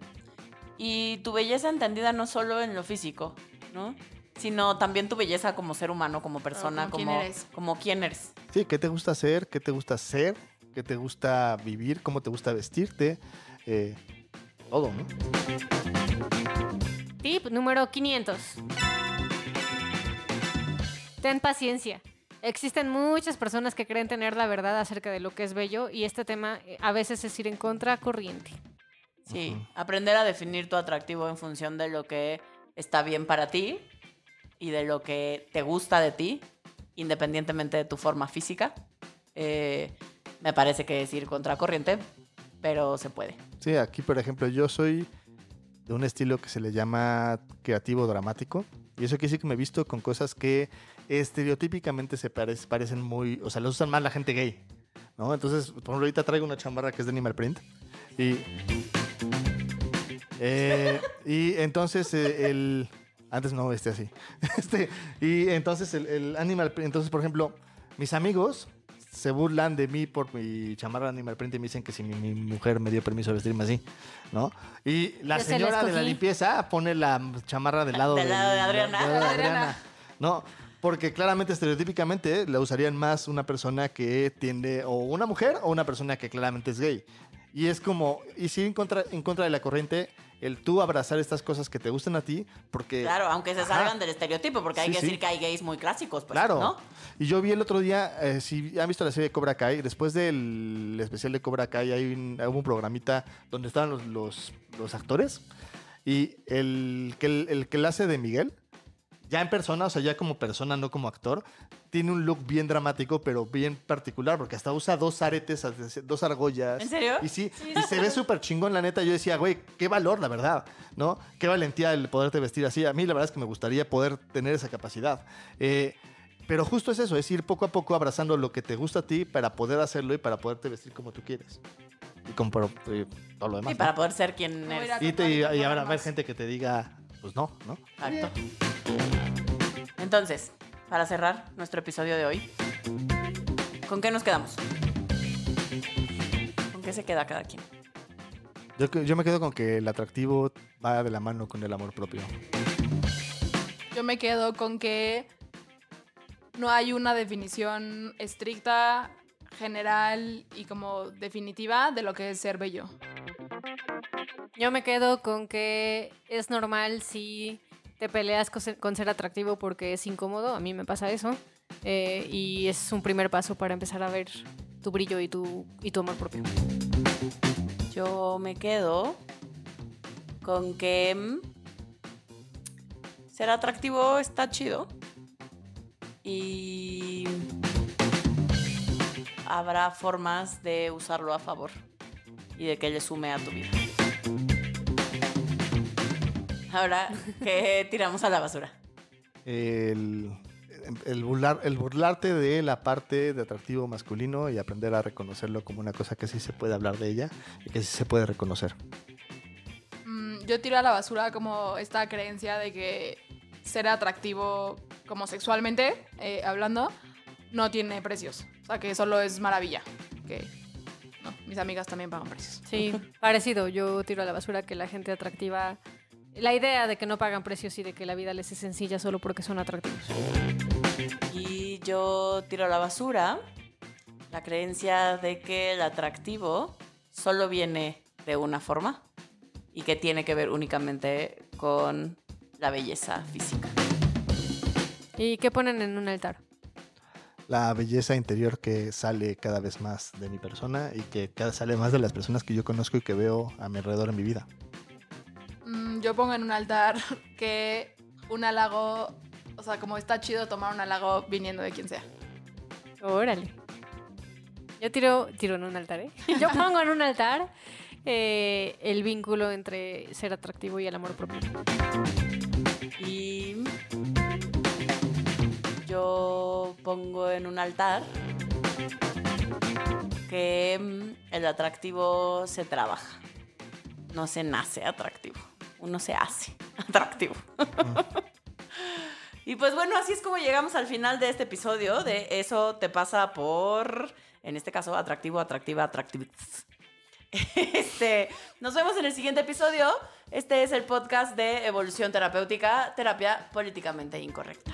S1: Y tu belleza entendida no solo en lo físico, ¿no? Sino también tu belleza como ser humano, como persona,
S3: como quién
S1: como,
S3: eres.
S1: como quién eres.
S5: Sí, ¿qué te gusta hacer? ¿Qué te gusta ser? ¿Qué te gusta vivir? ¿Cómo te gusta vestirte? Eh, todo, ¿no?
S2: Tip número 500. Ten paciencia. Existen muchas personas que creen tener la verdad acerca de lo que es bello y este tema eh, a veces es ir en contra corriente.
S1: Sí, aprender a definir tu atractivo en función de lo que está bien para ti y de lo que te gusta de ti, independientemente de tu forma física. Eh, me parece que es ir contracorriente, pero se puede.
S5: Sí, aquí por ejemplo yo soy de un estilo que se le llama creativo dramático. Y eso quiere decir que me he visto con cosas que estereotípicamente se parec- parecen muy... O sea, los usan más la gente gay. ¿no? Entonces, por ejemplo, ahorita traigo una chambarra que es de Animal Print. Y... Eh, y entonces eh, el... Antes no este así. Este, y entonces el, el Animal Print... Entonces, por ejemplo, mis amigos se burlan de mí por mi chamarra Animal Print y me dicen que si mi, mi mujer me dio permiso de vestirme así, ¿no? Y la
S2: Yo se la
S5: señora de la
S2: escogí.
S5: limpieza pone la chamarra del lado,
S1: Del lado de Adriana.
S5: del lado de
S3: Adriana.
S5: Adriana. No, porque claramente estereotípicamente la usarían más una persona que tiende o una mujer o una persona que claramente es gay. Y es como, y sí en contra, en contra de la corriente, el tú abrazar estas cosas que te gustan a ti, porque...
S1: Claro, aunque se
S5: Ajá.
S1: salgan del estereotipo, porque hay
S5: Sí,
S1: que
S5: sí.
S1: decir que hay gays muy clásicos, pues,
S5: claro.
S1: ¿no?
S5: Y yo vi el otro día, eh, si han visto la serie de Cobra Kai, después del especial de Cobra Kai hay un, hubo un programita donde estaban los, los, los actores y el que, el, el que la hace de Miguel, ya en persona, o sea, ya como persona, no como actor, tiene un look bien dramático, pero bien particular, porque hasta usa dos aretes, dos argollas.
S1: ¿En serio?
S5: Y sí, y se ve súper chingón, la neta. Yo decía, güey, qué valor, la verdad, ¿no? Qué valentía el poderte vestir así. A mí, la verdad es que me gustaría poder tener esa capacidad. Eh, pero justo es eso, es ir poco a poco abrazando lo que te gusta a ti para poder hacerlo y para poderte vestir como tú quieres. Y con pero, eh, todo lo demás.
S1: Y para
S5: ¿no?
S1: poder ser quien
S3: No,
S1: eres.
S3: mira,
S5: Y, te- y- y
S3: Todo lo
S5: habrá
S3: demás.
S5: gente que te diga, pues no, ¿no?
S1: Exacto. Entonces, para cerrar nuestro episodio de hoy, ¿con qué nos quedamos? ¿Con qué se queda cada quien?
S5: Yo, que- yo me quedo con que el atractivo va de la mano con el amor propio.
S3: Yo me quedo con que no hay una definición estricta, general y como definitiva de lo que es ser bello.
S2: Yo me quedo con que es normal si te peleas con ser, con ser atractivo porque es incómodo, a mí me pasa eso, eh, y es un primer paso para empezar a ver tu brillo y tu, y tu amor propio.
S1: Yo me quedo con que mm, ser atractivo está chido y habrá formas de usarlo a favor y de que le sume a tu vida. Ahora, ¿qué tiramos a la basura?
S5: El, el, burlar, el burlarte de la parte de atractivo masculino y aprender a reconocerlo como una cosa que sí se puede hablar de ella y que sí se puede reconocer.
S3: Mm, yo tiro a la basura como esta creencia de que ser atractivo como sexualmente, eh, hablando, no tiene precios. O sea, que solo es maravilla. Que no, mis amigas también pagan precios.
S2: Sí, parecido, yo tiro a la basura que la gente atractiva, la idea de que no pagan precios y de que la vida les es sencilla solo porque son atractivos.
S1: Y yo tiro a la basura la creencia de que el atractivo solo viene de una forma y que tiene que ver únicamente con la belleza física.
S2: ¿Y qué ponen en un altar?
S5: La belleza interior que sale cada vez más de mi persona y que cada sale más de las personas que yo conozco y que veo a mi alrededor en mi vida.
S3: Mm, yo pongo en un altar que un halago, o sea, como está chido tomar un halago viniendo de quien sea.
S2: Órale. Yo tiro, tiro en un altar, ¿eh? Yo pongo en un altar eh, el vínculo entre ser atractivo y el amor propio.
S1: Y yo pongo en un altar que mm, el atractivo se trabaja. No se nace atractivo. Uno se hace atractivo. y pues bueno, así es como llegamos al final de este episodio de Eso te pasa por, en este caso, atractivo, atractiva, atractivists. Este, nos vemos en el siguiente episodio. Este es el podcast de Evolución Terapéutica, Terapia Políticamente Incorrecta.